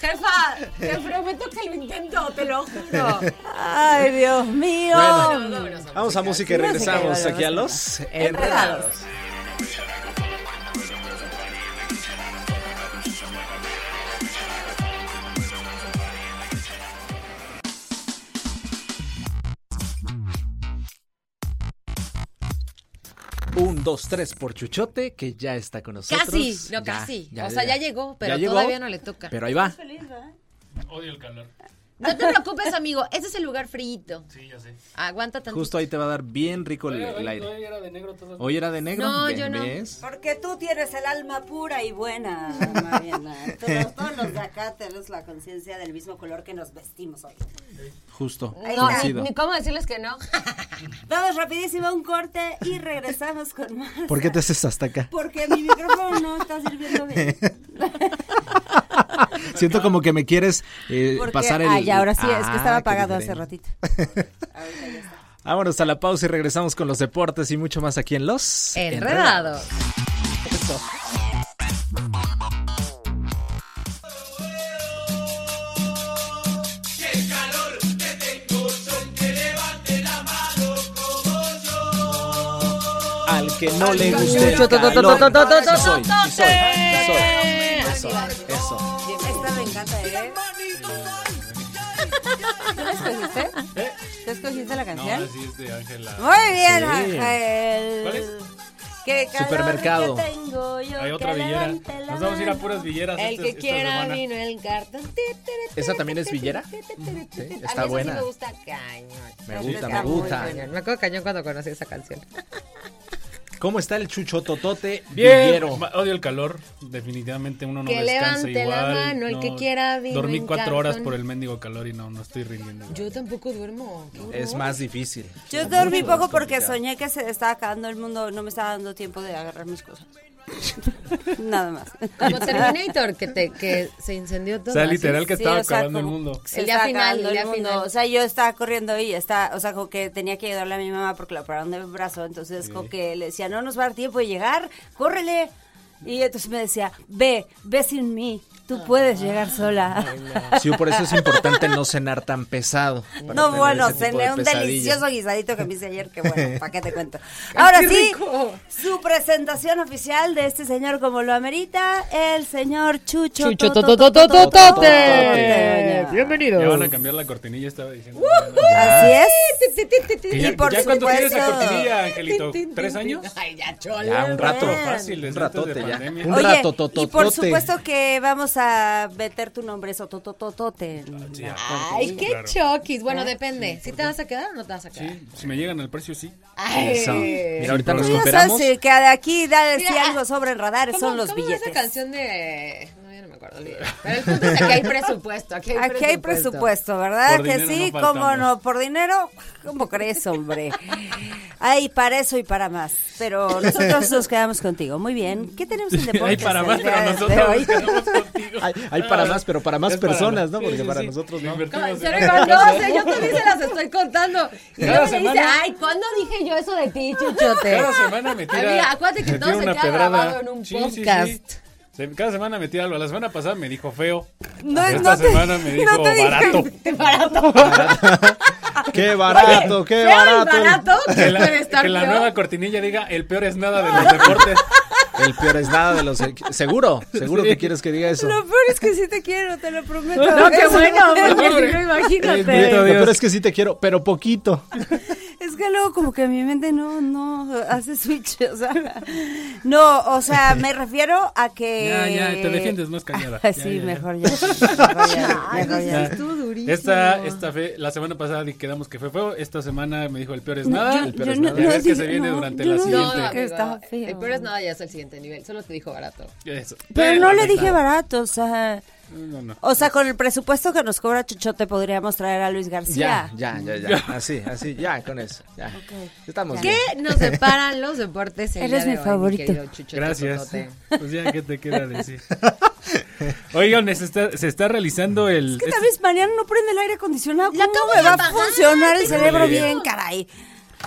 Speaker 2: Jefa, te prometo que lo intento, te lo juro.
Speaker 4: ¡Ay, Dios mío!
Speaker 3: Bueno.
Speaker 2: Vámonos.
Speaker 3: Vamos a música
Speaker 4: Música,
Speaker 3: y regresamos
Speaker 4: vale,
Speaker 3: aquí a los
Speaker 4: música.
Speaker 3: enredados. Un, dos, tres por Chuchote, que ya está con nosotros.
Speaker 2: Casi, no,
Speaker 3: Ya,
Speaker 2: casi. O sea, ya llegó, pero
Speaker 3: llegó,
Speaker 2: todavía no le toca.
Speaker 3: Pero ahí va.
Speaker 2: No te preocupes, amigo. Este es el lugar frío. Sí, ya sé. Aguanta tanto.
Speaker 3: Justo ahí te va a dar bien rico el, el aire.
Speaker 6: era de negro todo.
Speaker 3: Hoy era de negro.
Speaker 2: No,
Speaker 3: Ven,
Speaker 2: yo no.
Speaker 3: ¿ves?
Speaker 4: Porque tú tienes el alma pura y buena,
Speaker 3: *laughs*
Speaker 4: Mariana. Todos, todos los de acá tenemos la conciencia del mismo color que nos vestimos hoy.
Speaker 3: Justo.
Speaker 2: No, ni,
Speaker 3: coincido.
Speaker 2: ni cómo decirles que no.
Speaker 4: Vamos rapidísimo a un corte y regresamos con más.
Speaker 3: ¿Por qué te haces hasta acá?
Speaker 4: Porque mi micrófono no está sirviendo bien.
Speaker 3: *laughs* Siento como que me quieres eh,
Speaker 4: Porque,
Speaker 3: pasar el.
Speaker 4: ay, ahora sí, es que
Speaker 3: Ah,
Speaker 4: estaba
Speaker 3: qué
Speaker 4: apagado hace
Speaker 3: diferente.
Speaker 4: ratito.
Speaker 3: *laughs*
Speaker 4: Ahorita ya está.
Speaker 3: Vámonos a la pausa y regresamos con los deportes y mucho más aquí en Los
Speaker 2: Enredado.
Speaker 3: Eso. Al que no le guste el calor. Sí soy, sí soy, sí soy. Eso, eso.
Speaker 4: Esta me encanta, ¿eh? ¿Tú la escogiste? ¿Tú escogiste la canción?
Speaker 6: Eh. Así es de Ángela.
Speaker 4: Muy bien,
Speaker 3: Sí.
Speaker 4: Ángel.
Speaker 6: ¿Cuál es?
Speaker 4: Qué calor
Speaker 3: Supermercado.
Speaker 4: que tengo yo,
Speaker 6: Hay otra
Speaker 4: que
Speaker 6: villera.
Speaker 4: levante la
Speaker 6: Nos vamos a ir a
Speaker 4: mano.
Speaker 6: puras villeras.
Speaker 2: El
Speaker 6: esta-
Speaker 2: que
Speaker 6: esta
Speaker 2: quiera
Speaker 6: semana.
Speaker 2: vino el cartón.
Speaker 3: ¿Esa también es villera? Sí,
Speaker 2: A mí
Speaker 3: está
Speaker 2: eso
Speaker 3: buena.
Speaker 2: Sí me gusta cañón.
Speaker 3: Me gusta, me
Speaker 4: Está muy
Speaker 3: gusta.
Speaker 4: buena.
Speaker 2: Me acuerdo cañón cuando conocí esa canción.
Speaker 3: ¿Cómo está el chuchototote?
Speaker 6: Bien,
Speaker 3: villero?
Speaker 6: ma- odio el calor. Definitivamente uno no
Speaker 2: Que
Speaker 6: descansa
Speaker 2: levante la
Speaker 6: igual.
Speaker 2: mano el
Speaker 6: no.
Speaker 2: que quiera vino
Speaker 6: Dormí
Speaker 2: en
Speaker 6: cuatro horas
Speaker 2: calzón.
Speaker 6: por el mendigo calor y no, no estoy rindiendo.
Speaker 2: Yo tampoco duermo. qué horror.
Speaker 3: Es más difícil.
Speaker 4: Yo dormí
Speaker 3: Mucho más
Speaker 4: poco porque
Speaker 3: complicado.
Speaker 4: soñé que se estaba acabando el mundo, no me estaba dando tiempo de agarrar
Speaker 2: *laughs*
Speaker 4: mis cosas. Nada más.
Speaker 2: Como Terminator, que, te, que se incendió todo.
Speaker 6: O sea,
Speaker 2: así.
Speaker 6: literal que
Speaker 4: Sí,
Speaker 6: estaba
Speaker 4: o sea,
Speaker 6: acabando el
Speaker 4: como
Speaker 6: mundo.
Speaker 4: que se
Speaker 2: El día
Speaker 4: estaba
Speaker 2: final, el
Speaker 4: acabando el
Speaker 2: día
Speaker 4: mundo.
Speaker 2: final.
Speaker 4: O sea, yo estaba corriendo y está, o sea, como que tenía que ayudarle a mi mamá porque la operaron del brazo, entonces como que le decía, no nos va a dar tiempo de llegar, córrele. Y entonces me decía, ve, ve sin mí, tú
Speaker 2: Ah.
Speaker 4: puedes llegar sola.
Speaker 3: Sí, por eso es importante no cenar tan pesado. para
Speaker 4: No,
Speaker 3: tener
Speaker 4: bueno,
Speaker 3: ese tipo
Speaker 4: cené
Speaker 3: de
Speaker 4: un
Speaker 3: pesadilla.
Speaker 4: delicioso guisadito que me hice ayer, que bueno, ¿para qué
Speaker 3: *laughs*
Speaker 4: te cuento? Ahora
Speaker 2: ¡Qué
Speaker 4: sí,
Speaker 2: rico!
Speaker 4: su presentación oficial de este señor como lo amerita, el señor Chucho.
Speaker 2: Chucho
Speaker 4: Totototote.
Speaker 2: Totototote. Bienvenido.
Speaker 6: Ya van a cambiar la cortinilla, estaba diciendo.
Speaker 4: Así es.
Speaker 6: Que ya,
Speaker 4: Y por
Speaker 6: ya cuando tienes esa
Speaker 4: supuesto-
Speaker 6: cortinilla, Angelito, ¿tres años?
Speaker 2: Ay, ya chole.
Speaker 3: Ya, un rato.
Speaker 6: Fácil,
Speaker 3: un
Speaker 6: desde
Speaker 3: ratote
Speaker 6: antes de
Speaker 3: ya.
Speaker 6: pandemia.
Speaker 3: Un
Speaker 4: Oye,
Speaker 3: rato,
Speaker 4: y por supuesto que vamos a meter tu nombre, Sotototote. en la corte.
Speaker 2: Ay, qué
Speaker 6: Claro. Ah,
Speaker 2: choquis. Bueno, depende. ¿Si te vas a quedar o no te vas a quedar?
Speaker 6: Sí, si me llegan al
Speaker 2: *laughs*
Speaker 6: precio, sí.
Speaker 2: Ay.
Speaker 3: Mira, ahorita
Speaker 6: Sin
Speaker 3: nos
Speaker 4: Tú ya
Speaker 3: superamos.
Speaker 4: sabes eh, que de aquí, da, si
Speaker 2: Mira,
Speaker 4: algo sobre en radares
Speaker 2: ¿Cómo-
Speaker 4: son los
Speaker 2: cómo va
Speaker 4: billetes.
Speaker 2: esa canción de.? No, ya no me acuerdo. olvídalo. Pero el punto es que aquí hay presupuesto. Aquí hay,
Speaker 4: Aquí hay presupuesto, ¿verdad?
Speaker 6: Por
Speaker 4: que
Speaker 6: dinero
Speaker 4: sí,
Speaker 6: no
Speaker 4: cómo
Speaker 6: faltamos.
Speaker 4: no, por dinero, ¿cómo crees,
Speaker 6: *laughs*
Speaker 4: hombre? Ay, para eso y para más. Pero nosotros nos quedamos contigo. Muy bien. ¿Qué tenemos en deportes?
Speaker 6: *laughs* Hay para
Speaker 4: el
Speaker 6: más,
Speaker 4: día
Speaker 6: pero
Speaker 4: de
Speaker 6: nosotros
Speaker 4: hoy?
Speaker 6: nos quedamos contigo. Ah,
Speaker 3: Hay, hay para más, pero para más
Speaker 6: Es
Speaker 3: personas, ¿no?
Speaker 6: sí,
Speaker 3: Porque
Speaker 6: sí,
Speaker 3: para
Speaker 6: sí.
Speaker 3: nosotros no.
Speaker 6: Invertimos
Speaker 2: No,
Speaker 6: en
Speaker 2: se
Speaker 6: otra
Speaker 2: reconoce,
Speaker 6: cosa.
Speaker 2: yo también se las estoy contando. Y
Speaker 6: Cada
Speaker 2: luego me dice,
Speaker 6: semana-
Speaker 2: ay, ¿cuándo dije yo eso de ti, Chuchote?
Speaker 6: Cada semana me tira.
Speaker 2: Amiga, acuérdate que
Speaker 6: me
Speaker 2: todo
Speaker 6: tira
Speaker 2: se
Speaker 6: una
Speaker 2: queda
Speaker 6: pedrada.
Speaker 2: grabado en un
Speaker 6: Sí, sí, sí.
Speaker 2: podcast.
Speaker 6: Se- Cada semana me tira algo. La semana pasada me dijo feo.
Speaker 4: No,
Speaker 6: *laughs* Esta
Speaker 4: no te-
Speaker 6: semana me dijo
Speaker 4: no te dije-
Speaker 6: barato.
Speaker 3: ¡Qué barato,
Speaker 2: Oye,
Speaker 3: qué
Speaker 2: feo y
Speaker 3: barato!
Speaker 2: barato
Speaker 6: *laughs* Que
Speaker 2: que
Speaker 6: la,
Speaker 2: puede estar
Speaker 6: que la
Speaker 2: peor.
Speaker 6: nueva cortinilla diga el peor es nada
Speaker 4: *laughs*
Speaker 6: de los deportes.
Speaker 3: El peor es nada de los... Seguro, seguro
Speaker 6: Sí.
Speaker 3: que quieres que diga eso.
Speaker 4: Lo peor es que sí te quiero, te lo prometo.
Speaker 2: No, qué
Speaker 4: *laughs*
Speaker 2: bueno, porque
Speaker 4: Es-
Speaker 2: si no,
Speaker 3: Eh,
Speaker 2: imagínate.
Speaker 3: Lo peor es que sí te quiero, pero poquito.
Speaker 4: Es que luego como que mi mente no, no hace switch, o sea. No, o sea, me refiero a que...
Speaker 6: Ya, ya, te defiendes, no es cañada.
Speaker 4: Ah,
Speaker 6: Ya,
Speaker 4: sí,
Speaker 6: ya, ya.
Speaker 4: mejor ya. Mejor
Speaker 6: *laughs*
Speaker 4: ya, mejor ya.
Speaker 6: Ya. Esta, esta fe, la semana pasada di- quedamos que fue feo. Esta semana me dijo el peor es nada.
Speaker 4: yo-
Speaker 6: el peor
Speaker 4: yo
Speaker 6: es
Speaker 4: no-
Speaker 6: nada. Ya
Speaker 4: no
Speaker 6: ves que se
Speaker 4: dije-
Speaker 6: viene
Speaker 4: no,
Speaker 6: durante
Speaker 4: yo
Speaker 6: la
Speaker 4: no dije-
Speaker 2: No,
Speaker 6: siguiente.
Speaker 2: no,
Speaker 4: Que está
Speaker 2: amigo,
Speaker 4: feo.
Speaker 2: el peor es nada, ya es el siguiente nivel. Solo te dijo barato.
Speaker 6: Eso.
Speaker 4: Pero no le
Speaker 6: ahí
Speaker 4: dije
Speaker 6: está.
Speaker 4: barato, o sea...
Speaker 6: No, no.
Speaker 4: O sea, con el presupuesto que nos cobra Chuchote podríamos traer a Luis García.
Speaker 3: Ya, ya, ya, ya. Así, así, ya, con eso. Ya. Estamos
Speaker 2: ¿Qué
Speaker 3: bien.
Speaker 6: *laughs*
Speaker 2: nos separan los deportes? el día
Speaker 4: Eres
Speaker 2: de
Speaker 4: mi
Speaker 2: hoy,
Speaker 4: favorito.
Speaker 2: querido Chucho
Speaker 6: Gracias.
Speaker 2: Totote?
Speaker 6: Pues ya, ¿qué te
Speaker 4: *laughs*
Speaker 6: queda decir? Oigan, se está, se está realizando el... este
Speaker 4: Que tal vez mañana no prende el aire acondicionado.
Speaker 2: La
Speaker 4: ¿Cómo
Speaker 2: acabo
Speaker 4: me
Speaker 2: de
Speaker 4: va a
Speaker 2: apagar,
Speaker 4: funcionar el
Speaker 2: te
Speaker 4: cerebro
Speaker 6: juro.
Speaker 4: bien, caray?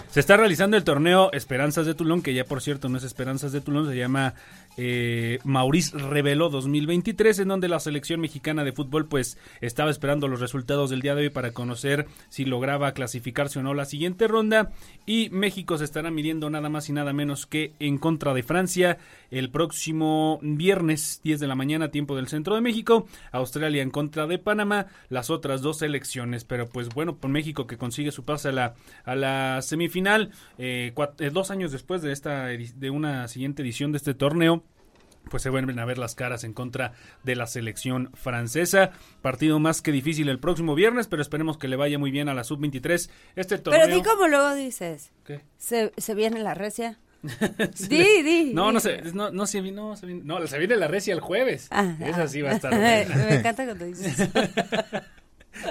Speaker 6: Se está realizando el torneo Esperanzas de Tulón, que ya por cierto no es Esperanzas de Tulón, se llama eh, Maurice Reveló 2023, en donde la selección mexicana de fútbol pues estaba esperando los resultados del día de hoy para conocer si lograba clasificarse o no la siguiente ronda. Y México se estará midiendo nada más y nada menos que en contra de Francia el próximo viernes 10 de la mañana, tiempo del centro de México, Australia en contra de Panamá, las otras dos selecciones. Pero pues bueno, por México que consigue su pase a la, a la semifinal, eh, cua- eh, dos años después de, esta, edi- de una siguiente edición de este torneo pues se vuelven a ver las caras en contra de la selección francesa. Partido más que difícil el próximo viernes, pero esperemos que le vaya muy bien a la sub-23. Este torneo...
Speaker 4: Pero di como luego dices.
Speaker 6: ¿Qué?
Speaker 4: Se, se viene la recia.
Speaker 6: *laughs*
Speaker 4: di, di.
Speaker 6: No,
Speaker 4: di.
Speaker 6: no se, no, no se vi- no se vi- no, se viene la recia el jueves.
Speaker 4: Ah,
Speaker 6: Esa sí va a estar buena.
Speaker 4: *laughs* Me encanta cuando dices.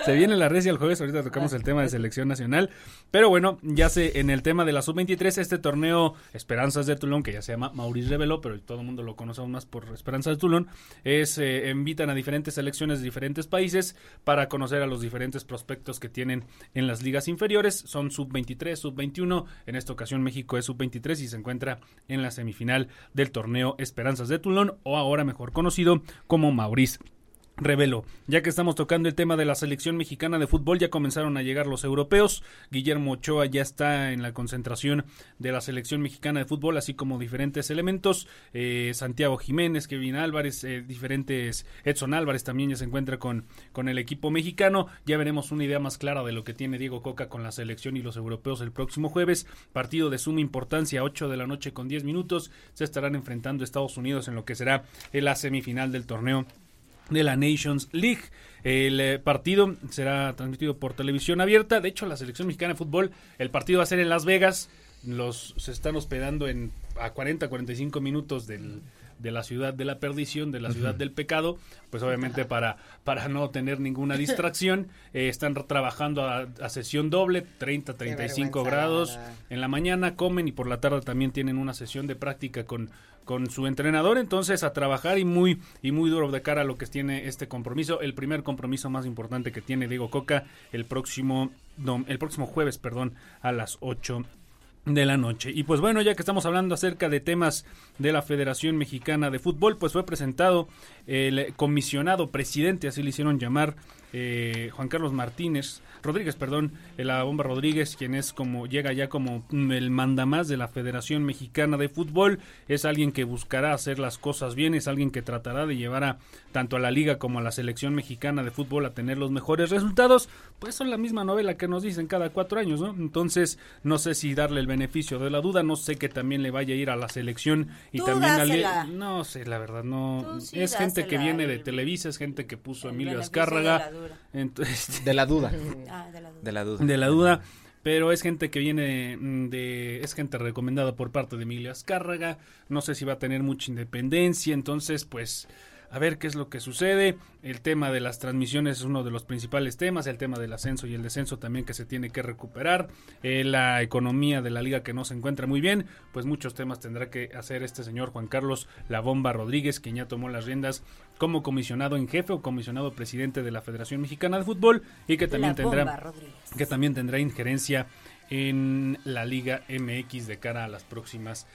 Speaker 6: Se viene la recia el jueves, ahorita tocamos el tema de selección nacional. Pero bueno, ya sé, en el tema de la sub-23, este torneo Esperanzas de Tulón, que ya se llama Maurice Reveló, pero todo el mundo lo conoce aún más por Esperanzas de Tulón, es, eh, invitan a diferentes selecciones de diferentes países para conocer a los diferentes prospectos que tienen en las ligas inferiores. Son sub-23, sub-21. En esta ocasión México es sub-23 y se encuentra en la semifinal del torneo Esperanzas de Tulón, o ahora mejor conocido como Maurice Revelo, ya que estamos tocando el tema de la selección mexicana de fútbol, ya comenzaron a llegar los europeos. Guillermo Ochoa ya está en la concentración de la selección mexicana de fútbol, así como diferentes elementos. eh, Santiago Jiménez, Kevin Álvarez, eh, diferentes. Edson Álvarez también ya se encuentra con, con el equipo mexicano. Ya veremos una idea más clara de lo que tiene Diego Coca con la selección y los europeos el próximo jueves. Partido de suma importancia, 8 de la noche con 10 minutos. Se estarán enfrentando a Estados Unidos en lo que será la semifinal del torneo de la Nations League. El eh, partido será transmitido por televisión abierta. De hecho, la selección mexicana de fútbol, el partido va a ser en Las Vegas. Los se están hospedando en a 40, 45 minutos del, de la ciudad de la perdición, de la ciudad del pecado.
Speaker 2: *laughs*
Speaker 6: Pues obviamente para, para no tener ninguna distracción. Eh, están trabajando a, a sesión doble, 30, 35
Speaker 2: vergüenza,
Speaker 6: grados.
Speaker 2: la verdad.
Speaker 6: En la mañana comen y por la tarde también tienen una sesión de práctica con, con su entrenador. Entonces, a trabajar y muy, y muy duro de cara a lo que tiene este compromiso. El primer compromiso más importante que tiene Diego Coca el próximo, dom- el próximo jueves, perdón, a las 8 de la noche. Y pues bueno, ya que estamos hablando acerca de temas de la Federación Mexicana de Fútbol, pues fue presentado el comisionado presidente, así le hicieron llamar, eh, Juan Carlos Martínez, Rodríguez, perdón, eh, la bomba Rodríguez, quien es como, llega ya como mm, el mandamás de la Federación Mexicana de Fútbol, es alguien que buscará hacer las cosas bien, es alguien que tratará de llevar a tanto a la liga como a la selección mexicana de fútbol a tener los mejores resultados, pues son la misma novela que nos dicen cada cuatro años, ¿no? Entonces, no sé si darle el beneficio de la duda, no sé que también le vaya a ir a la selección y
Speaker 4: Tú
Speaker 6: también a
Speaker 4: dásela.
Speaker 6: No sé, la verdad, no.
Speaker 4: Tú sí
Speaker 6: es gente que
Speaker 4: dásela,
Speaker 6: viene de
Speaker 4: el-
Speaker 6: Televisa, es gente que puso a
Speaker 4: el
Speaker 6: Emilio
Speaker 4: beneficio de
Speaker 6: Azcárraga. este,
Speaker 4: la duda.
Speaker 6: *laughs* Entonces,
Speaker 3: De la duda,
Speaker 4: Ah, de la duda.
Speaker 3: de la duda.
Speaker 6: de la duda. Pero es gente que viene mm, de. Es gente recomendada por parte de Emilio Azcárraga. No sé si va a tener mucha independencia. Entonces, pues. a ver qué es lo que sucede. El tema de las transmisiones es uno de los principales temas, el tema del ascenso y el descenso también que se tiene que recuperar, eh, la economía de la liga que no se encuentra muy bien, pues muchos temas tendrá que hacer este señor Juan Carlos La Bomba Rodríguez, quien ya tomó las riendas como comisionado en jefe o comisionado presidente de la Federación Mexicana de Fútbol y que también
Speaker 4: La
Speaker 6: tendrá
Speaker 4: bomba, Rodríguez.
Speaker 6: que también tendrá injerencia en la Liga MX de cara a las próximas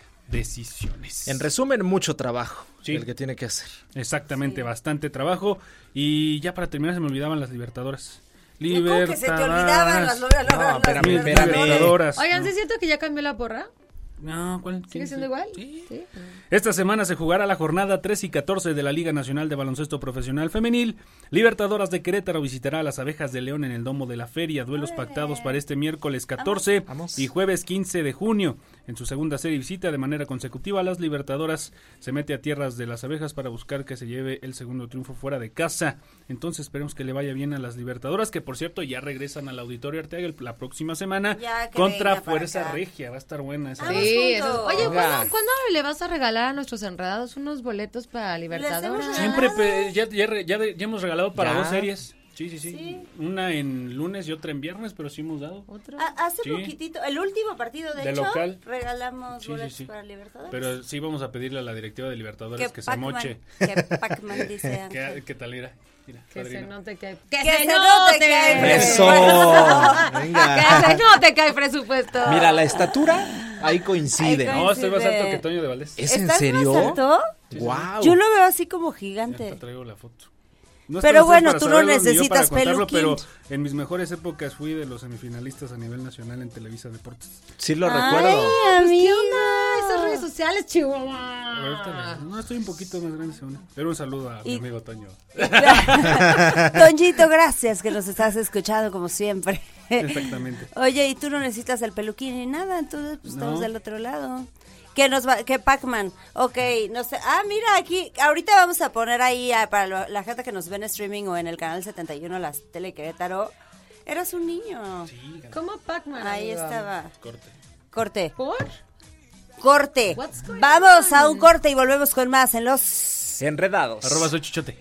Speaker 6: decisiones.
Speaker 3: En resumen, mucho trabajo
Speaker 6: Sí.
Speaker 3: el que tiene que hacer.
Speaker 6: Exactamente, bastante trabajo. Y ya para terminar se me olvidaban las libertadoras.
Speaker 4: ¿Cómo
Speaker 6: Libertadoras.
Speaker 4: que se te olvidaban las, las- las- las-
Speaker 3: espérame,
Speaker 4: las-
Speaker 3: espérame.
Speaker 6: Libertadoras.
Speaker 2: Oigan, ¿sí
Speaker 6: no.
Speaker 2: ¿es cierto que ya cambió la porra?
Speaker 6: No, ¿cuál?
Speaker 2: ¿Sigue
Speaker 6: ¿Quién
Speaker 2: siendo
Speaker 6: es?
Speaker 2: igual?
Speaker 6: Sí.
Speaker 2: Sí.
Speaker 6: Esta semana se jugará la jornada 3 y 14 de la Liga Nacional de Baloncesto Profesional Femenil. Libertadoras de Querétaro visitará a las abejas de León en el Domo de la Feria. Duelos pactados para este miércoles 14
Speaker 3: Vamos.
Speaker 6: y jueves 15 de junio. En su segunda serie visita de manera consecutiva, las Libertadoras se mete a tierras de las abejas para buscar que se lleve el segundo triunfo fuera de casa. Entonces esperemos que le vaya bien a las Libertadoras, que por cierto ya regresan al Auditorio Arteaga el- la próxima semana
Speaker 4: Ya que
Speaker 6: contra
Speaker 4: venga para
Speaker 6: Fuerza
Speaker 4: acá. Ah, pues
Speaker 6: Regia. Va a estar buena esa.
Speaker 4: Vamos
Speaker 2: eso es-
Speaker 4: juntos.
Speaker 2: Oye,
Speaker 3: Venga.
Speaker 2: ¿cuándo, cuándo le vas a regalar a nuestros enredados unos boletos para Libertadores?
Speaker 4: hacemos
Speaker 6: Siempre pe- ya, ya re- ya de- ya hemos regalado para
Speaker 3: Ya.
Speaker 6: dos series. Sí, sí, sí, Una en lunes y otra en viernes, pero sí hemos dado.
Speaker 2: ¿Otro?
Speaker 4: Ah, Hace
Speaker 6: Sí.
Speaker 4: poquitito, el último partido, de,
Speaker 6: De
Speaker 4: hecho,
Speaker 6: local.
Speaker 4: regalamos
Speaker 6: Sí, sí,
Speaker 4: boletos
Speaker 6: sí.
Speaker 4: para Libertadores.
Speaker 6: Pero sí vamos a pedirle a la directiva de Libertadores que, se
Speaker 4: Pac-Man-
Speaker 6: moche.
Speaker 4: Que Pac-Man
Speaker 6: *laughs*
Speaker 4: dice.
Speaker 6: ¿Qué, qué tal era? Mira,
Speaker 2: Que se
Speaker 6: padrino.
Speaker 2: note que hay...
Speaker 4: Que se note que hay-
Speaker 7: Eso.
Speaker 2: Pues, Que se
Speaker 7: Venga.
Speaker 2: note que hay presupuesto.
Speaker 7: Mira, la estatura ahí coincide.
Speaker 4: Ahí
Speaker 7: ¿no?
Speaker 6: No, estoy más
Speaker 4: Coincide.
Speaker 6: alto que Toño de Valdés.
Speaker 7: ¿Es en
Speaker 4: ¿Estás
Speaker 7: serio?
Speaker 4: más alto?
Speaker 7: Wow.
Speaker 4: Yo lo veo así como
Speaker 6: Ya te
Speaker 4: gigante.
Speaker 6: traigo la foto. No
Speaker 4: Pero
Speaker 6: estás
Speaker 4: bueno,
Speaker 6: para
Speaker 4: tú no
Speaker 6: saberlo ni yo
Speaker 4: necesitas
Speaker 6: para contarlo,
Speaker 4: peluquín.
Speaker 6: Pero en mis mejores épocas fui de los semifinalistas a nivel nacional en Televisa Deportes.
Speaker 7: Sí lo recuerdo.
Speaker 3: Pues,
Speaker 4: Ay, amigo.
Speaker 2: Esas redes sociales,
Speaker 6: Ahorita
Speaker 2: Chihuahua.
Speaker 6: le- No, estoy un poquito más grande, según. Pero un saludo a mi
Speaker 4: Ah. Y-
Speaker 6: amigo Toño.
Speaker 4: *laughs* Toñito, gracias que nos estás escuchando como siempre.
Speaker 6: Exactamente.
Speaker 4: *laughs* Oye, y tú no necesitas el peluquín ni nada, entonces pues,
Speaker 6: No.
Speaker 4: estamos del otro lado. Que nos va, que Pac-Man, ok, no sé, ah, mira, aquí, ahorita vamos a poner ahí ah, para lo- la gente que nos ve en streaming o en el canal 71, las Tele Querétaro, eras un niño,
Speaker 2: ¿Cómo Pac-Man?
Speaker 4: ahí
Speaker 2: amigo?
Speaker 4: estaba,
Speaker 6: Corte.
Speaker 4: corte,
Speaker 2: ¿Por?
Speaker 4: corte,
Speaker 2: What's going
Speaker 4: vamos a
Speaker 2: on?
Speaker 4: un corte y volvemos con más en los...
Speaker 7: Enredados.
Speaker 6: Arroba soy chichote.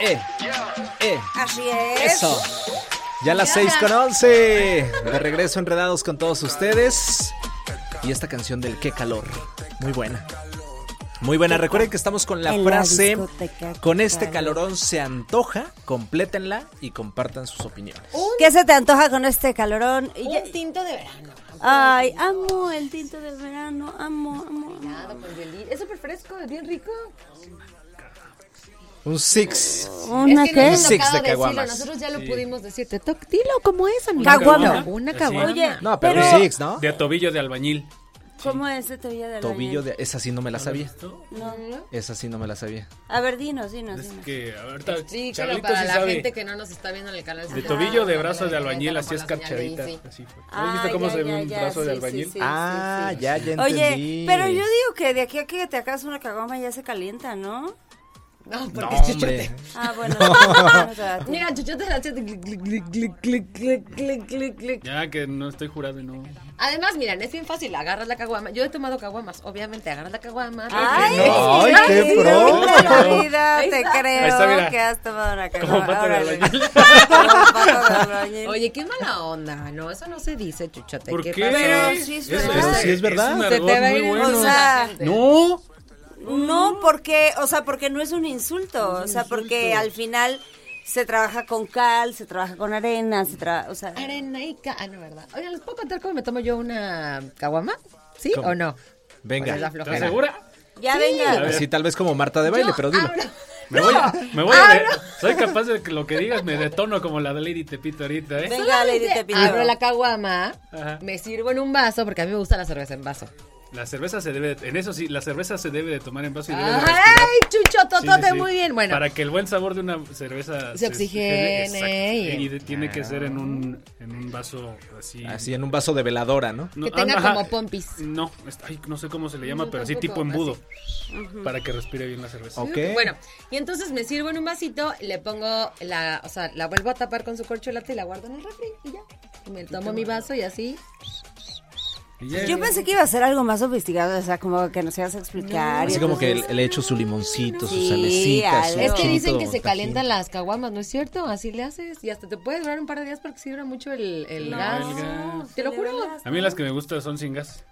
Speaker 7: Eh, eh.
Speaker 4: Así es.
Speaker 7: Eso. Ya las 6 con 11. De regreso enredados con todos ustedes. Y esta canción del Qué calor. Muy buena. Muy buena. Recuerden que estamos con la
Speaker 4: En la
Speaker 7: frase.
Speaker 4: discoteca, qué
Speaker 7: con este
Speaker 4: calor".
Speaker 7: calorón se antoja. Complétenla y compartan sus opiniones.
Speaker 4: ¿Qué se te antoja con este calorón? Y ya-
Speaker 2: Un tinto de verano.
Speaker 4: Ay, amo el tinto de verano, amo, amo, amo.
Speaker 2: Nada, con hielito. Es súper fresco, es bien rico.
Speaker 7: Un six.
Speaker 4: ¿Una
Speaker 2: es que no
Speaker 4: qué?
Speaker 2: nos
Speaker 7: Six
Speaker 2: ha
Speaker 7: de
Speaker 2: tocado decirlo,
Speaker 7: caguamas.
Speaker 2: nosotros ya lo pudimos decir. Te toc- dilo como es, amigo.
Speaker 4: Caguama.
Speaker 2: Una caguama.
Speaker 4: Oye,
Speaker 7: No, pero, un six, ¿no?
Speaker 6: De a tobillo de albañil.
Speaker 4: ¿Cómo es de tobillo de
Speaker 7: Tobillo de. Esa sí no me la sabía.
Speaker 4: No.
Speaker 7: Esa sí no me la sabía.
Speaker 4: A ver, dinos, dinos,
Speaker 6: Es
Speaker 4: dinos.
Speaker 6: que ahorita
Speaker 2: Explícalo
Speaker 6: Charlito
Speaker 2: para
Speaker 6: sí
Speaker 2: la
Speaker 6: sabe.
Speaker 2: gente que no nos está viendo en el canal.
Speaker 6: De tobillo de
Speaker 2: Ah,
Speaker 6: brazo de
Speaker 2: la
Speaker 6: albañil,
Speaker 2: neta,
Speaker 6: así
Speaker 2: como la señal de Izzy.
Speaker 6: escarchadita. Así fue.
Speaker 4: Ah,
Speaker 6: ¿No ¿Viste cómo
Speaker 4: ya,
Speaker 6: se ve
Speaker 4: ya,
Speaker 6: un
Speaker 4: ya,
Speaker 6: brazo
Speaker 4: sí,
Speaker 6: de
Speaker 4: sí,
Speaker 6: albañil?
Speaker 4: sí.
Speaker 7: ah, ya, ya entendí.
Speaker 4: Oye, pero yo digo que de aquí a que te hagas una cagoma ya se calienta, ¿no?
Speaker 2: No,
Speaker 7: No,
Speaker 2: porque
Speaker 4: *laughs*
Speaker 2: es
Speaker 7: hombre.
Speaker 2: chichote.
Speaker 4: Ah, bueno. bueno, o sea, tú-
Speaker 2: Mira, chichote la hace clic, clic, clic, clic, clic, clic, clic, clic, clic.
Speaker 6: Ya que no estoy jurado y no.
Speaker 2: Además, miren, es bien fácil. Agarras la caguama. Yo he tomado caguamas, obviamente. Agarras la caguama.
Speaker 4: Ay,
Speaker 7: no. Ay, qué
Speaker 4: sí,
Speaker 7: pro.
Speaker 4: nunca en la vida te
Speaker 6: Ahí está,
Speaker 4: creo
Speaker 6: mira.
Speaker 4: que has tomado una cagoma.
Speaker 6: Como pato de
Speaker 4: Órale.
Speaker 6: albañil.
Speaker 4: *laughs* Como pato de albañil.
Speaker 2: Oye, qué mala onda. No, eso no se dice, chuchote.
Speaker 6: ¿Por qué?
Speaker 2: pasó?
Speaker 4: Sí, es
Speaker 6: Eso-
Speaker 4: verdad.
Speaker 6: eso sí es verdad.
Speaker 2: Se te va a ir
Speaker 4: bueno.
Speaker 2: un-
Speaker 4: O sea,
Speaker 6: No.
Speaker 2: Pues
Speaker 4: No, porque, o sea, porque no es un insulto, o sea, porque al final se trabaja con cal, se trabaja con arena, se trabaja, o sea,
Speaker 2: Arenaica. Ah, no, ¿verdad? Oigan, ¿les puedo contar cómo me tomo yo una caguama? ¿Sí
Speaker 7: ¿Cómo?
Speaker 2: o no?
Speaker 7: Venga.
Speaker 2: Pues es la flojera.
Speaker 6: ¿Estás segura?
Speaker 4: ya venga.
Speaker 7: Así tal vez como Marta de baile,
Speaker 2: Yo
Speaker 7: pero dilo.
Speaker 2: abro-
Speaker 6: *laughs* Me
Speaker 2: No.
Speaker 6: voy, a- me voy a
Speaker 4: Ah,
Speaker 2: Abro-
Speaker 6: de- Soy capaz de que lo que digas me detono como la de Lady Tepito ahorita, ¿eh?
Speaker 4: Venga, Lady
Speaker 2: Solamente
Speaker 4: Tepito.
Speaker 2: Abro la caguama,
Speaker 6: Ajá.
Speaker 2: me sirvo en un vaso, porque a mí me gusta la cerveza en vaso.
Speaker 6: La cerveza se debe, de- en eso sí, la cerveza se debe de tomar en vaso y debe de respirar.
Speaker 2: ¡Ay, *laughs* chucho,
Speaker 6: Sí,
Speaker 2: totote!
Speaker 6: sí, sí.
Speaker 2: Muy bien. Bueno,
Speaker 6: Para que el buen sabor de una cerveza
Speaker 2: Se oxigene eh,
Speaker 6: exacto.
Speaker 2: y- Ah.
Speaker 6: Y de- tiene que ser en un, en un vaso así.
Speaker 3: Así en un vaso de veladora, ¿no?
Speaker 6: No,
Speaker 2: que
Speaker 6: ah,
Speaker 2: tenga
Speaker 6: ajá.
Speaker 2: como pompis.
Speaker 6: No, está- ay, no sé cómo se le llama,
Speaker 2: Yo
Speaker 6: pero así
Speaker 2: tampoco,
Speaker 6: tipo embudo. Para que respire bien la cerveza.
Speaker 3: Ok.
Speaker 2: Bueno, y entonces me sirvo en un vasito, le pongo la, o sea, la vuelvo a tapar con su corcholata y la guardo en el refri y ya. Y me tomo mi vaso y así.
Speaker 6: Y ya-
Speaker 4: Yo pensé que iba a ser algo más sofisticado, o sea, como que nos ibas a explicar. y
Speaker 3: Así como que
Speaker 4: entonces-
Speaker 3: le, le echo su limoncito, su
Speaker 4: Sí,
Speaker 3: salecita, su
Speaker 4: algo.
Speaker 2: Es que
Speaker 3: chilito
Speaker 2: dicen que se
Speaker 3: tajín.
Speaker 2: calientan las caguamas, ¿no es cierto? Así le haces y hasta te puede durar un par de días porque si dura mucho el, el gas.
Speaker 6: el gas.
Speaker 2: Te lo juro.
Speaker 6: A mí las que me gustan son sin gas.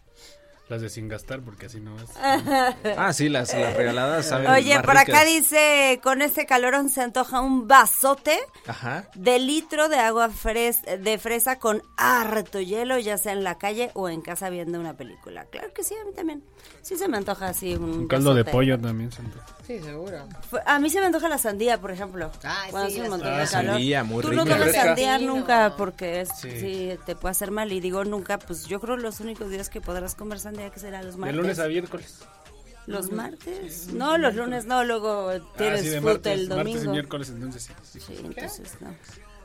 Speaker 6: Las de sin gastar, porque así no es.
Speaker 3: Ah, sí, las, las regaladas saben
Speaker 4: Oye,
Speaker 3: más
Speaker 4: por acá
Speaker 3: ricas.
Speaker 4: dice, con este calorón se antoja un vasote
Speaker 3: Ajá.
Speaker 4: de litro de agua fres de fresa con harto hielo, ya sea en la calle o en casa viendo una película. Claro que sí, a mí también. Sí se me antoja así un...
Speaker 6: Un caldo de
Speaker 4: vasote.
Speaker 6: pollo también. siento.
Speaker 2: Sí, seguro.
Speaker 4: Fue- A mí se me antoja la sandía, por ejemplo.
Speaker 2: Ay,
Speaker 4: Cuando
Speaker 2: sí,
Speaker 4: hace un
Speaker 2: la
Speaker 4: montón
Speaker 3: sandía.
Speaker 4: de
Speaker 3: Ah,
Speaker 4: calor.
Speaker 3: sandía, muy
Speaker 4: Tú
Speaker 3: rica.
Speaker 4: no tomas
Speaker 6: Refresca.
Speaker 4: sandía
Speaker 2: Sí, no.
Speaker 4: nunca porque es-
Speaker 6: Sí.
Speaker 4: sí. te puede hacer mal. Y digo nunca, pues yo creo los únicos días que podrás comer sandía que será los
Speaker 6: De
Speaker 4: martes.
Speaker 6: lunes a miércoles.
Speaker 4: ¿Los martes? No, los lunes no, luego
Speaker 6: Ah,
Speaker 4: tienes
Speaker 6: sí, de
Speaker 4: fruta
Speaker 6: martes,
Speaker 4: el
Speaker 6: martes y
Speaker 4: domingo.
Speaker 6: miércoles, entonces sí.
Speaker 4: Sí, entonces no.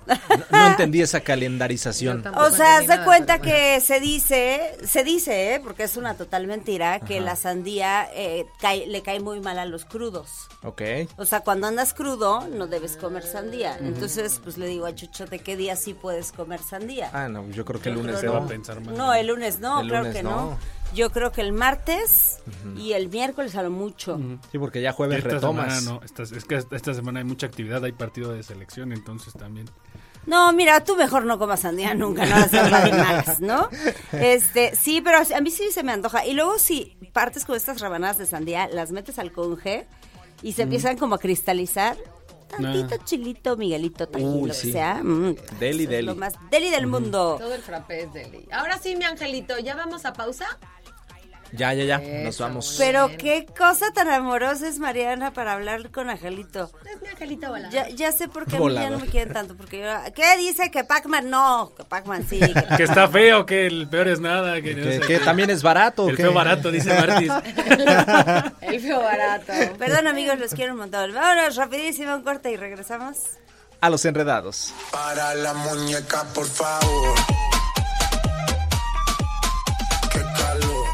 Speaker 3: No, no entendí esa calendarización.
Speaker 2: Yo
Speaker 4: O sea,
Speaker 2: ni
Speaker 4: se
Speaker 2: nada,
Speaker 4: cuenta
Speaker 2: pero
Speaker 4: que se dice, se dice, ¿eh? porque es una total mentira, que la sandía eh, cae- le cae muy mal a los crudos.
Speaker 3: Ok.
Speaker 4: O sea, cuando andas crudo, no debes comer sandía. Entonces, pues le digo a Chucho, ¿de qué día sí puedes comer sandía?
Speaker 3: Ah, no, yo creo que el lunes
Speaker 6: Se va a
Speaker 3: no.
Speaker 6: pensar mal.
Speaker 4: no, el lunes no,
Speaker 3: El
Speaker 4: claro
Speaker 3: lunes
Speaker 4: que no.
Speaker 3: no.
Speaker 4: Yo creo que el martes y el miércoles a lo mucho.
Speaker 3: Sí, porque ya
Speaker 6: Y
Speaker 3: jueves
Speaker 6: esta
Speaker 3: retomas.
Speaker 6: semana no, esta- es que esta esta semana hay mucha actividad, hay partido de selección, entonces
Speaker 3: *laughs*
Speaker 6: también.
Speaker 4: No, mira, tú mejor no comas sandía *laughs* nunca, no las rabanadas, ¿no? Este, sí, pero a mí sí se me antoja. Y luego si partes con estas rabanadas de sandía, las metes al conge y se empiezan como a cristalizar. Tantito chilito, Miguelito, tajín,
Speaker 3: Ah. Uy,
Speaker 4: lo
Speaker 3: sí.
Speaker 4: que sea. mm,
Speaker 3: Deli,
Speaker 4: eso es
Speaker 3: deli.
Speaker 4: Lo más deli del mundo.
Speaker 2: Todo el frappé es deli. Ahora sí, mi angelito, ¿ya vamos a pausa?
Speaker 3: Ya, ya, ya. Nos
Speaker 2: Eso,
Speaker 3: vamos.
Speaker 4: Pero qué cosa tan amorosa es Mariana para hablar con Angelito.
Speaker 2: Es mi angelito volando.
Speaker 4: Ya, ya sé por qué a mí ya no
Speaker 3: Volador.
Speaker 4: me quieren tanto. Porque yo- ¿Qué dice que Pac-Man? No, que Pac-Man
Speaker 3: *laughs*
Speaker 4: sí. que
Speaker 6: Que está feo, que el peor es nada. Que no
Speaker 3: Que,
Speaker 6: sé
Speaker 3: que
Speaker 6: qué.
Speaker 3: también es barato. ¿o
Speaker 6: El
Speaker 3: qué?
Speaker 6: feo barato, dice
Speaker 3: *laughs*
Speaker 6: Martis.
Speaker 2: El feo barato.
Speaker 4: Perdón amigos, los quiero un montón. Vámonos rapidísimo, un corte y regresamos.
Speaker 3: A los enredados.
Speaker 1: Para la muñeca, por favor. Qué calor.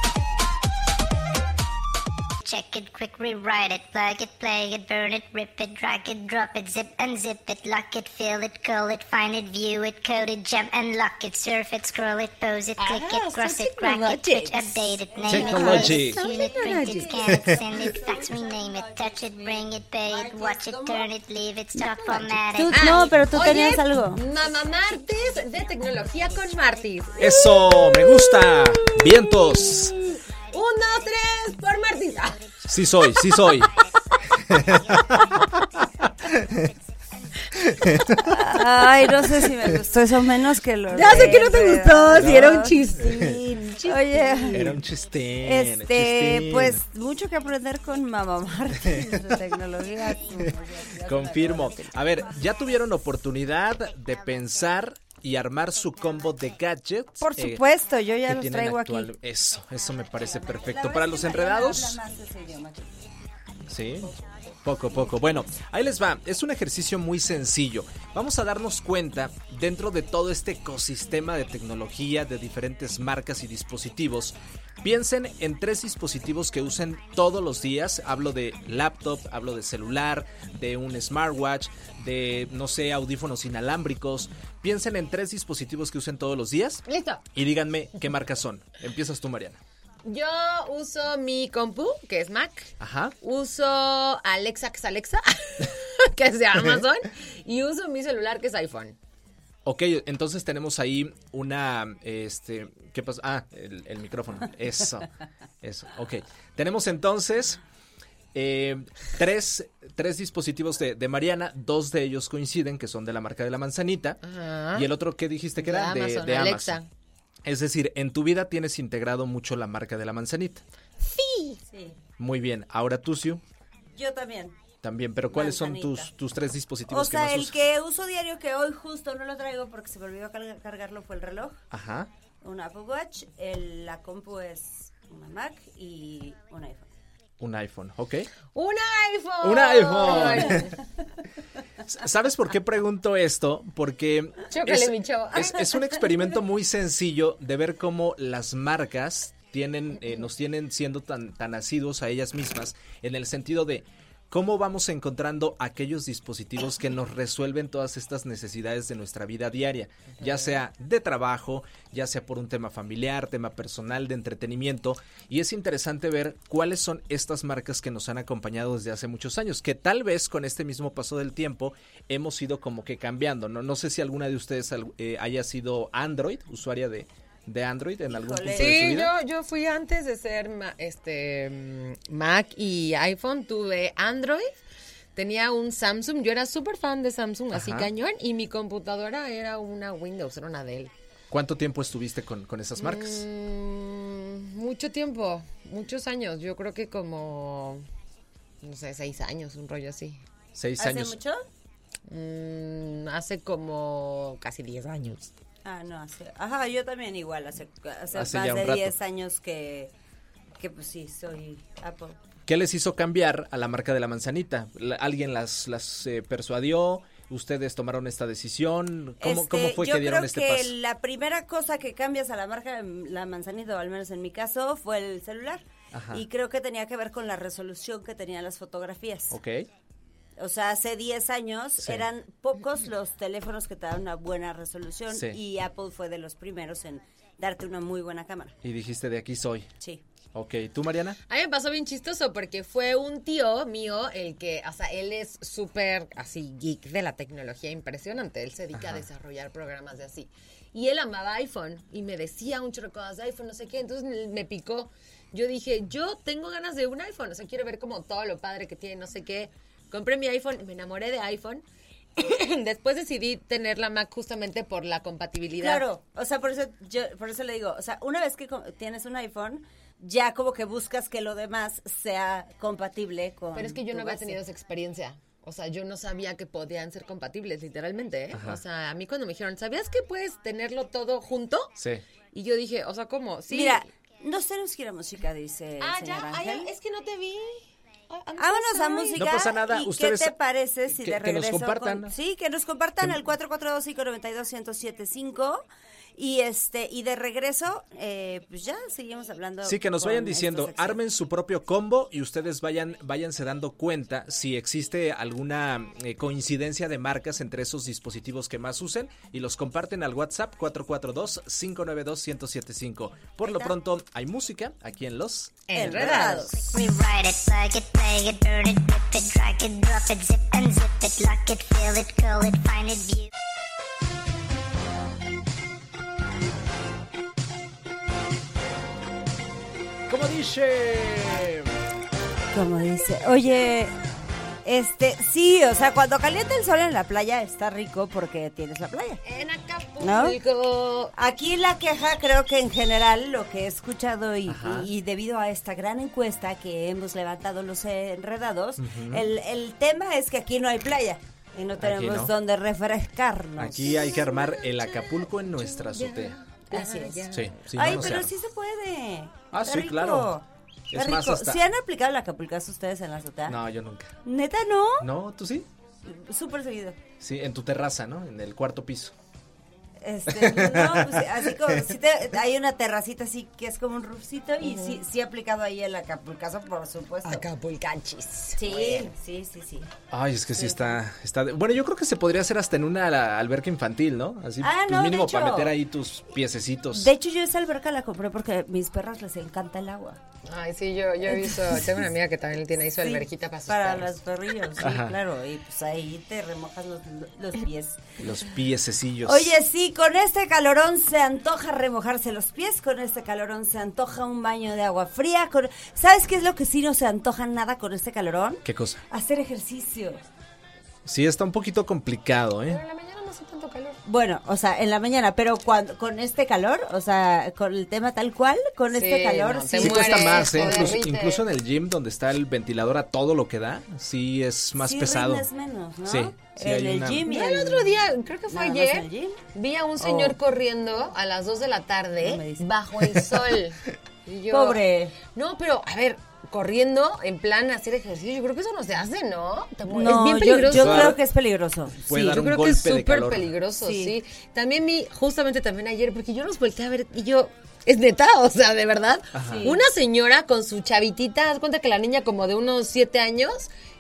Speaker 8: Check it, quick, rewrite it, plug it, play it, burn it, rip it, drag it, drop it, zip unzip it, lock it, fill it, curl it, find it, view it, code it, jump and lock it, surf it, scroll it, pose it, click
Speaker 2: Ah,
Speaker 8: it, cross
Speaker 2: so
Speaker 8: it, crack it, twitch,
Speaker 2: technologics.
Speaker 8: update it, name
Speaker 3: Technology.
Speaker 8: it, tune it, print it,
Speaker 2: *laughs*
Speaker 8: scan it, send it, fax, rename it, touch it, bring it, pay it, watch it, turn it, leave it, stop, format it.
Speaker 4: Tú- *laughs* no, pero tú
Speaker 2: Oye,
Speaker 4: tenías algo.
Speaker 2: Mamá Martes de tecnología con Martis.
Speaker 3: Eso, me gusta. Vientos.
Speaker 2: Uno, tres, por Martis. Ah,
Speaker 3: Sí soy, sí soy.
Speaker 4: Ay, no sé si me gustó eso menos que lo.
Speaker 2: Ya sé que no te gustó, si era un
Speaker 4: chistín. Oye,
Speaker 3: Era un chistín.
Speaker 4: este,
Speaker 3: chistín.
Speaker 4: pues mucho que aprender con Mamá Martín de tecnología.
Speaker 3: Confirmo. A ver, ya tuvieron oportunidad de pensar y armar su combo de gadgets.
Speaker 4: Por
Speaker 3: eh,
Speaker 4: supuesto, yo ya
Speaker 3: que
Speaker 4: los
Speaker 3: tienen
Speaker 4: traigo
Speaker 3: actual-
Speaker 4: aquí.
Speaker 3: Eso, eso me parece perfecto. Para los enredados, sí. Poco, poco. Bueno, ahí les va. Es un ejercicio muy sencillo. Vamos a darnos cuenta, dentro de todo este ecosistema de tecnología, de diferentes marcas y dispositivos, piensen en tres dispositivos que usen todos los días. Hablo de laptop, hablo de celular, de un smartwatch, de, no sé, audífonos inalámbricos. Piensen en tres dispositivos que usen todos los días
Speaker 2: Listo.
Speaker 3: y díganme qué marcas son. Empiezas tú, Mariana.
Speaker 2: Yo uso mi compu, que es Mac.
Speaker 3: Ajá.
Speaker 2: Uso Alexa, que es Alexa, *laughs* que es de Amazon. y uso mi celular, que es iPhone.
Speaker 3: Ok, entonces tenemos ahí una, este, ¿qué pasó? Ah, el, el micrófono. Eso, eso. Ok, tenemos entonces eh, tres, tres dispositivos de, de Mariana. Dos de ellos coinciden, que son de la marca de la manzanita.
Speaker 2: Ajá.
Speaker 3: Y el otro, ¿qué dijiste que era?
Speaker 2: De Amazon, Alexa.
Speaker 3: Es decir, en tu vida tienes integrado mucho la marca de la manzanita. Muy bien. Ahora Tucio,
Speaker 4: Yo también.
Speaker 3: también. Pero ¿cuáles
Speaker 4: Manzanita.
Speaker 3: son tus, tus tres dispositivos
Speaker 4: O sea,
Speaker 3: que más
Speaker 4: el
Speaker 3: usas?
Speaker 4: que uso diario que hoy justo no lo traigo porque se me olvidó carga- cargarlo fue el reloj,
Speaker 3: Ajá.
Speaker 4: un Apple Watch, el- la compu es una Mac y un iPhone.
Speaker 3: Un iPhone, ¿ok?
Speaker 2: ¡Un iPhone!
Speaker 3: ¡Un *laughs* iPhone! ¿Sabes por qué pregunto esto? Porque
Speaker 2: Chócale,
Speaker 3: es,
Speaker 2: mi chavo.
Speaker 3: es- es un experimento muy sencillo de ver cómo las marcas tienen, eh, nos tienen siendo tan, tan asiduos a ellas mismas en el sentido de cómo vamos encontrando aquellos dispositivos que nos resuelven todas estas necesidades de nuestra vida diaria, ya sea de trabajo, ya sea por un tema familiar, tema personal, de entretenimiento. Y es interesante ver cuáles son estas marcas que nos han acompañado desde hace muchos años, que tal vez con este mismo paso del tiempo hemos ido como que cambiando. No, no sé si alguna de ustedes al- eh, haya sido Android, usuaria de, de Android en algún punto de
Speaker 4: Híjole.
Speaker 3: su
Speaker 2: Sí,
Speaker 3: vida.
Speaker 2: yo, yo fui antes de ser ma- este mm, Mac y iPhone, tuve Android, tenía un Samsung, yo era súper fan de Samsung, así
Speaker 3: Ajá.
Speaker 2: cañón, y mi computadora era una Windows, era una Dell.
Speaker 3: ¿Cuánto tiempo estuviste con, con esas marcas?
Speaker 2: Mm, mucho tiempo, muchos años, yo creo que como, no sé, seis años, un rollo así.
Speaker 3: Seis
Speaker 4: ¿Hace
Speaker 3: años.
Speaker 4: mucho?
Speaker 2: Mm, hace como casi diez años.
Speaker 4: Ah, no, hace. Ajá, yo también igual, hace, hace,
Speaker 3: Hace ya
Speaker 4: más
Speaker 3: un
Speaker 4: de
Speaker 3: rato.
Speaker 4: 10 años que, que, pues sí, soy Apple.
Speaker 3: ¿Qué les hizo cambiar a la marca de la manzanita? La- ¿Alguien las, las eh, persuadió? ¿Ustedes tomaron esta decisión? ¿Cómo,
Speaker 4: Este,
Speaker 3: cómo fue
Speaker 4: yo
Speaker 3: que dieron
Speaker 4: creo
Speaker 3: este
Speaker 4: que
Speaker 3: paso?
Speaker 4: la primera cosa que cambias a la marca de la manzanita, o al menos en mi caso, fue el celular.
Speaker 3: Ajá.
Speaker 4: Y creo que tenía que ver con la resolución que tenían las fotografías.
Speaker 3: Ok.
Speaker 4: O sea, hace 10 años
Speaker 3: Sí.
Speaker 4: eran pocos los teléfonos que te daban una buena resolución
Speaker 3: Sí.
Speaker 4: y Apple fue de los primeros en darte una muy buena cámara.
Speaker 3: Y dijiste, de aquí soy.
Speaker 4: Sí.
Speaker 3: Ok. ¿Tú, Mariana?
Speaker 2: A mí me pasó bien chistoso porque fue un tío mío el que, o sea, él es súper así geek de la tecnología impresionante. Él se dedica a desarrollar programas de así. Y él amaba iPhone y me decía un chorro de cosas de iPhone, no sé qué. Entonces me- me picó. Yo dije, yo tengo ganas de un iPhone. O sea, quiero ver como todo lo padre que tiene, no sé qué. Compré mi iPhone, me enamoré de iPhone. *coughs* Después decidí tener la Mac justamente por la compatibilidad.
Speaker 4: Claro, o sea, por eso yo, por eso le digo, o sea, una vez que co- tienes un iPhone, ya como que buscas que lo demás sea compatible con
Speaker 2: Pero es que yo
Speaker 4: tu
Speaker 2: no había
Speaker 4: base.
Speaker 2: tenido esa experiencia. O sea, yo no sabía que podían ser compatibles, literalmente. ¿eh? O sea, a mí cuando me dijeron, ¿sabías que puedes tenerlo todo junto?
Speaker 3: Sí.
Speaker 2: Y yo dije, o sea, ¿cómo? Sí.
Speaker 4: Mira, no se nos gira música, dice
Speaker 2: ah,
Speaker 4: el señor
Speaker 2: ya, ay,
Speaker 4: Ángel. Ah,
Speaker 2: es que no te vi. Ay, I'm so
Speaker 4: Vámonos a
Speaker 2: sorry.
Speaker 4: música.
Speaker 3: No pasa nada,
Speaker 4: ¿Y
Speaker 3: ustedes-
Speaker 4: ¿Qué te parece si
Speaker 3: que-
Speaker 4: de
Speaker 3: que nos
Speaker 4: regreso con-
Speaker 3: compartan.
Speaker 4: sí, que nos compartan al 442-592-1075. Y, este, y de regreso, eh, pues ya seguimos hablando.
Speaker 3: Sí, que nos
Speaker 4: con
Speaker 3: vayan
Speaker 4: esta
Speaker 3: diciendo,
Speaker 4: sección.
Speaker 3: armen su propio combo y ustedes vayan, váyanse dando cuenta si existe alguna eh, coincidencia de marcas entre esos dispositivos que más usen y los comparten al WhatsApp 442-592-1075. Por lo pronto, hay música aquí en Los
Speaker 4: Eh,
Speaker 2: Enredados.
Speaker 8: Rewrite it, plug it, play it, burn it, rip it, drag it, drop it, zip and zip it, lock it, fill it, curl it, find it, view.
Speaker 3: Como dice...
Speaker 4: Como dice, oye, este, sí, o sea, cuando calienta el sol en la playa está rico porque tienes la playa.
Speaker 2: En Acapulco.
Speaker 4: Aquí la queja creo que en general lo que he escuchado y, y debido a esta gran encuesta que hemos levantado los enredados, el, el tema es que aquí no hay playa y no tenemos
Speaker 3: no.
Speaker 4: donde refrescarnos.
Speaker 3: Aquí hay que armar el Acapulco en nuestra azotea.
Speaker 4: Así es.
Speaker 3: Sí, sí,
Speaker 4: Ay,
Speaker 3: no, no se
Speaker 4: pero
Speaker 3: arma.
Speaker 4: sí se puede.
Speaker 3: Ah,
Speaker 4: Está
Speaker 3: sí,
Speaker 4: rico.
Speaker 3: claro.
Speaker 4: Está
Speaker 3: Es más,
Speaker 4: rico.
Speaker 3: hasta-
Speaker 4: ¿Sí han aplicado la Acapulcazo ustedes en la azotea?
Speaker 3: No, yo nunca.
Speaker 4: ¿Neta no?
Speaker 3: No, tú sí.
Speaker 4: Súper seguido.
Speaker 3: Sí, en tu terraza, ¿no? En el cuarto piso.
Speaker 4: Este, no, pues así
Speaker 2: *laughs*
Speaker 4: como si te- hay una terracita así que es como un rufcito y sí, sí he aplicado ahí el acapulcazo, por supuesto.
Speaker 2: Acapulcanchis.
Speaker 4: Sí, sí, sí, sí.
Speaker 3: Ay, es que sí está, está. de- Bueno, yo creo que se podría hacer hasta en una la- alberca infantil, ¿no? Así,
Speaker 4: Ah,
Speaker 3: pues,
Speaker 4: no, de
Speaker 3: mínimo para
Speaker 4: hecho.
Speaker 3: meter ahí tus
Speaker 2: Pues
Speaker 3: piececitos.
Speaker 4: De hecho, yo esa alberca la compré porque a mis perras les encanta el agua.
Speaker 2: Ay, sí, yo, yo he visto. Tengo una amiga que también tiene, hizo
Speaker 4: Sí,
Speaker 2: alberjita para sus
Speaker 4: Para
Speaker 2: perros.
Speaker 4: los perrillos, sí,
Speaker 3: Ajá.
Speaker 4: claro. Y pues ahí te remojas los, los pies.
Speaker 3: Los piececillos.
Speaker 4: Oye, sí, con este calorón se antoja remojarse los pies, con este calorón se antoja un baño de agua fría. Con... ¿Sabes qué es lo que sí no se antoja nada con este calorón?
Speaker 3: ¿Qué cosa?
Speaker 4: Hacer ejercicio.
Speaker 3: Sí, está un poquito complicado, ¿eh?
Speaker 2: En la mañana no hace tanto calor.
Speaker 4: Bueno, o sea, en la mañana, pero cuando, con este calor, o sea, con el tema tal cual, con
Speaker 2: Sí,
Speaker 4: este calor,
Speaker 2: no,
Speaker 4: sí.
Speaker 2: te
Speaker 3: Sí cuesta
Speaker 2: mueres,
Speaker 3: más, ¿eh?
Speaker 2: te
Speaker 3: Incluso,
Speaker 2: derrites.
Speaker 3: incluso en el gym donde está el ventilador a todo lo que da, sí es más
Speaker 4: sí
Speaker 3: pesado.
Speaker 4: rindes menos, ¿no?
Speaker 3: Sí, sí,
Speaker 4: en
Speaker 3: hay
Speaker 4: el
Speaker 3: una-
Speaker 4: gym. y
Speaker 2: Yo el
Speaker 4: en-
Speaker 2: otro día, creo que fue
Speaker 4: Nada más
Speaker 2: ayer,
Speaker 4: el gym.
Speaker 2: vi a un señor
Speaker 4: Oh.
Speaker 2: corriendo a las 2 de la tarde
Speaker 4: No me dices. *laughs*
Speaker 2: bajo el sol. Y yo-
Speaker 4: Pobre.
Speaker 2: No, pero a ver, corriendo en plan hacer ejercicio, yo creo que eso no se hace, ¿no? Te mu- es
Speaker 4: No,
Speaker 2: bien
Speaker 4: yo- yo,
Speaker 2: peligroso.
Speaker 4: creo que es peligroso.
Speaker 7: Puede
Speaker 2: sí,
Speaker 7: dar
Speaker 2: yo
Speaker 7: un
Speaker 2: creo que es
Speaker 7: golpe de
Speaker 2: súper
Speaker 7: calor.
Speaker 2: peligroso,
Speaker 4: Sí.
Speaker 2: sí. También mi, justamente también ayer, porque yo los volteé a ver y yo, es neta, *laughs* o sea, de verdad. Una señora con su chavitita, haz cuenta que la niña como de unos siete años,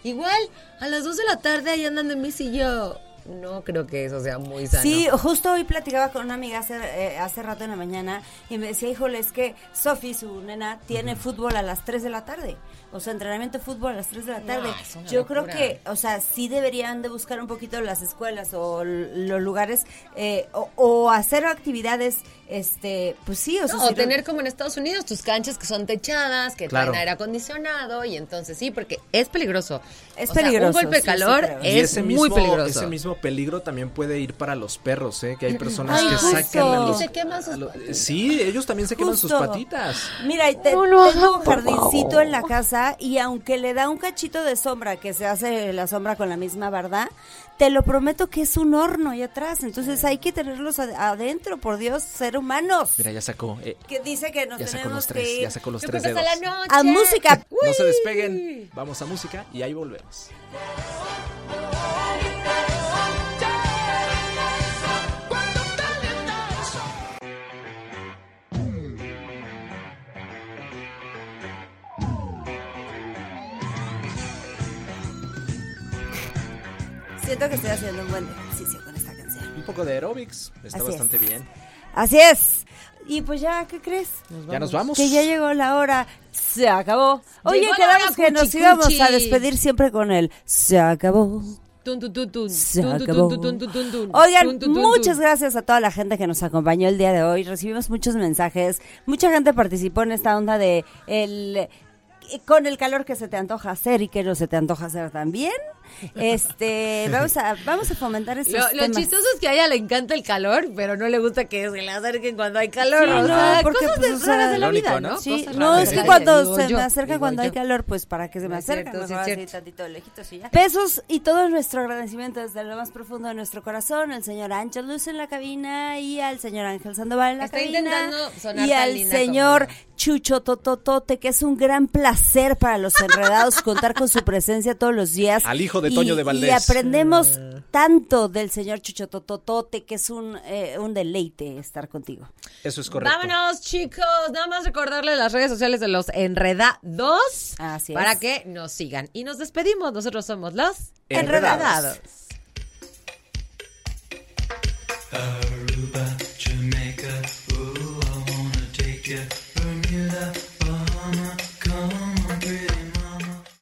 Speaker 2: igual a las dos de la tarde ahí andando en bici y yo, no creo que eso sea muy sano.
Speaker 4: Sí, justo hoy platicaba con una amiga hace, eh, hace rato en la mañana y me decía, híjole, es que Sofi, su nena, tiene fútbol a las 3 de la tarde. O sea, entrenamiento de fútbol a las 3 de la tarde.
Speaker 2: es una
Speaker 4: Yo creo
Speaker 2: locura.
Speaker 4: que, o sea, sí deberían de buscar un poquito las escuelas o l- los lugares eh, o, o hacer actividades, este, pues sí, o sea,
Speaker 2: No,
Speaker 4: si
Speaker 2: o
Speaker 4: no-
Speaker 2: tener como en Estados Unidos tus canchas que son techadas, que
Speaker 7: Claro.
Speaker 2: traen aire acondicionado y entonces sí, porque es peligroso.
Speaker 4: Es
Speaker 2: O sea,
Speaker 4: peligroso,
Speaker 2: un golpe de
Speaker 4: sí,
Speaker 2: calor
Speaker 4: sí, creo.
Speaker 7: Y
Speaker 2: es
Speaker 7: ese
Speaker 2: muy
Speaker 7: mismo-
Speaker 2: peligroso.
Speaker 7: Ese mismo peligro también puede ir para los perros, ¿eh? Que hay personas
Speaker 4: Ay,
Speaker 7: que
Speaker 4: justo.
Speaker 7: sacan a los...
Speaker 2: Y se queman sus
Speaker 7: a lo- Sí, ellos también se queman sus
Speaker 4: Justo.
Speaker 7: patitas.
Speaker 4: Mira, y te, tengo un jardincito en la casa y aunque le da un cachito de sombra, que se hace la sombra con la misma verdad, te lo prometo que es un horno allá atrás. Entonces hay que tenerlos ad- adentro, por Dios, ser humanos.
Speaker 7: Mira, ya sacó, eh,
Speaker 4: que dice que nos
Speaker 7: ya sacó
Speaker 4: tenemos
Speaker 7: los
Speaker 4: que
Speaker 7: tres,
Speaker 4: ir
Speaker 7: ya sacó los
Speaker 2: Yo
Speaker 7: tres
Speaker 2: creo que
Speaker 7: dedos.
Speaker 2: hasta la noche.
Speaker 4: a música.
Speaker 7: No se despeguen, vamos a música y ahí volvemos.
Speaker 4: Siento que estoy haciendo un buen ejercicio con esta canción.
Speaker 7: Un poco de aerobics, está
Speaker 4: Así
Speaker 7: bastante
Speaker 4: es.
Speaker 7: bien.
Speaker 4: Así es. Y pues ya, ¿qué crees?
Speaker 7: Ya nos Pues vamos.
Speaker 4: Que ya llegó la hora. Se acabó. Oye,
Speaker 2: Llegó la
Speaker 4: quedamos
Speaker 2: hora
Speaker 4: que nos
Speaker 2: cuchi,
Speaker 4: íbamos
Speaker 2: cuchi.
Speaker 4: a despedir siempre con él. Se acabó.
Speaker 2: Tun, tun, tun, tun.
Speaker 4: Se
Speaker 2: Tun, tun,
Speaker 4: acabó.
Speaker 2: tun, tun, tun, tun, tun.
Speaker 4: Oigan,
Speaker 2: Tun, tun, tun,
Speaker 4: muchas
Speaker 2: tun.
Speaker 4: gracias a toda la gente que nos acompañó el día de hoy. Recibimos muchos mensajes. Mucha gente participó en esta onda de el eh, con el calor que se te antoja hacer y que no se te antoja hacer también.
Speaker 2: *laughs*
Speaker 4: Este, vamos a vamos a fomentar esos
Speaker 2: Lo, lo
Speaker 4: temas.
Speaker 2: chistoso es que a ella le encanta el calor, pero no le gusta que se le acerquen cuando hay calor.
Speaker 4: Sí,
Speaker 2: o
Speaker 4: no,
Speaker 2: sea,
Speaker 4: porque,
Speaker 2: cosas
Speaker 4: pues,
Speaker 2: de
Speaker 4: o sea,
Speaker 2: raras de la
Speaker 7: lo único,
Speaker 2: vida,
Speaker 7: ¿no?
Speaker 4: Sí,
Speaker 2: Cosas
Speaker 4: no,
Speaker 2: raras
Speaker 4: es
Speaker 2: de
Speaker 4: que
Speaker 2: la
Speaker 4: cuando
Speaker 2: vida.
Speaker 4: se
Speaker 2: Digo
Speaker 4: me
Speaker 2: yo,
Speaker 4: acerca
Speaker 2: digo
Speaker 4: cuando hay
Speaker 2: yo.
Speaker 4: calor, pues para que se me
Speaker 2: No es
Speaker 4: acerque,
Speaker 2: cierto, sí
Speaker 4: mejor
Speaker 2: es
Speaker 4: así
Speaker 2: cierto.
Speaker 4: tantito de lejitos y ya. Besos y todo nuestro agradecimiento desde lo más profundo de nuestro corazón, al señor Ángel Luz en la cabina y al señor Ángel Sandoval en la
Speaker 2: Está
Speaker 4: cabina.
Speaker 2: intentando sonar
Speaker 4: y
Speaker 2: tan
Speaker 4: al
Speaker 2: linda
Speaker 4: señor
Speaker 2: como-
Speaker 4: Chucho Tototote, que es un gran placer para los *laughs* enredados contar con su presencia todos los días.
Speaker 7: Al hijo de
Speaker 4: Y-
Speaker 7: Toño de
Speaker 4: Y
Speaker 7: Valdés.
Speaker 4: aprendemos tanto del señor Chucho Tototote, que es un, eh, un deleite estar contigo.
Speaker 7: Eso es correcto.
Speaker 2: Vámonos, chicos. Nada más recordarles las redes sociales de los Enredados
Speaker 4: Así es.
Speaker 2: para que nos sigan. Y nos despedimos. Nosotros somos los
Speaker 7: Enredados.
Speaker 2: Enredados.
Speaker 5: Aruba, Jamaica, ooh, I wanna take ya. Bermuda, Bahama, come on, pretty mama.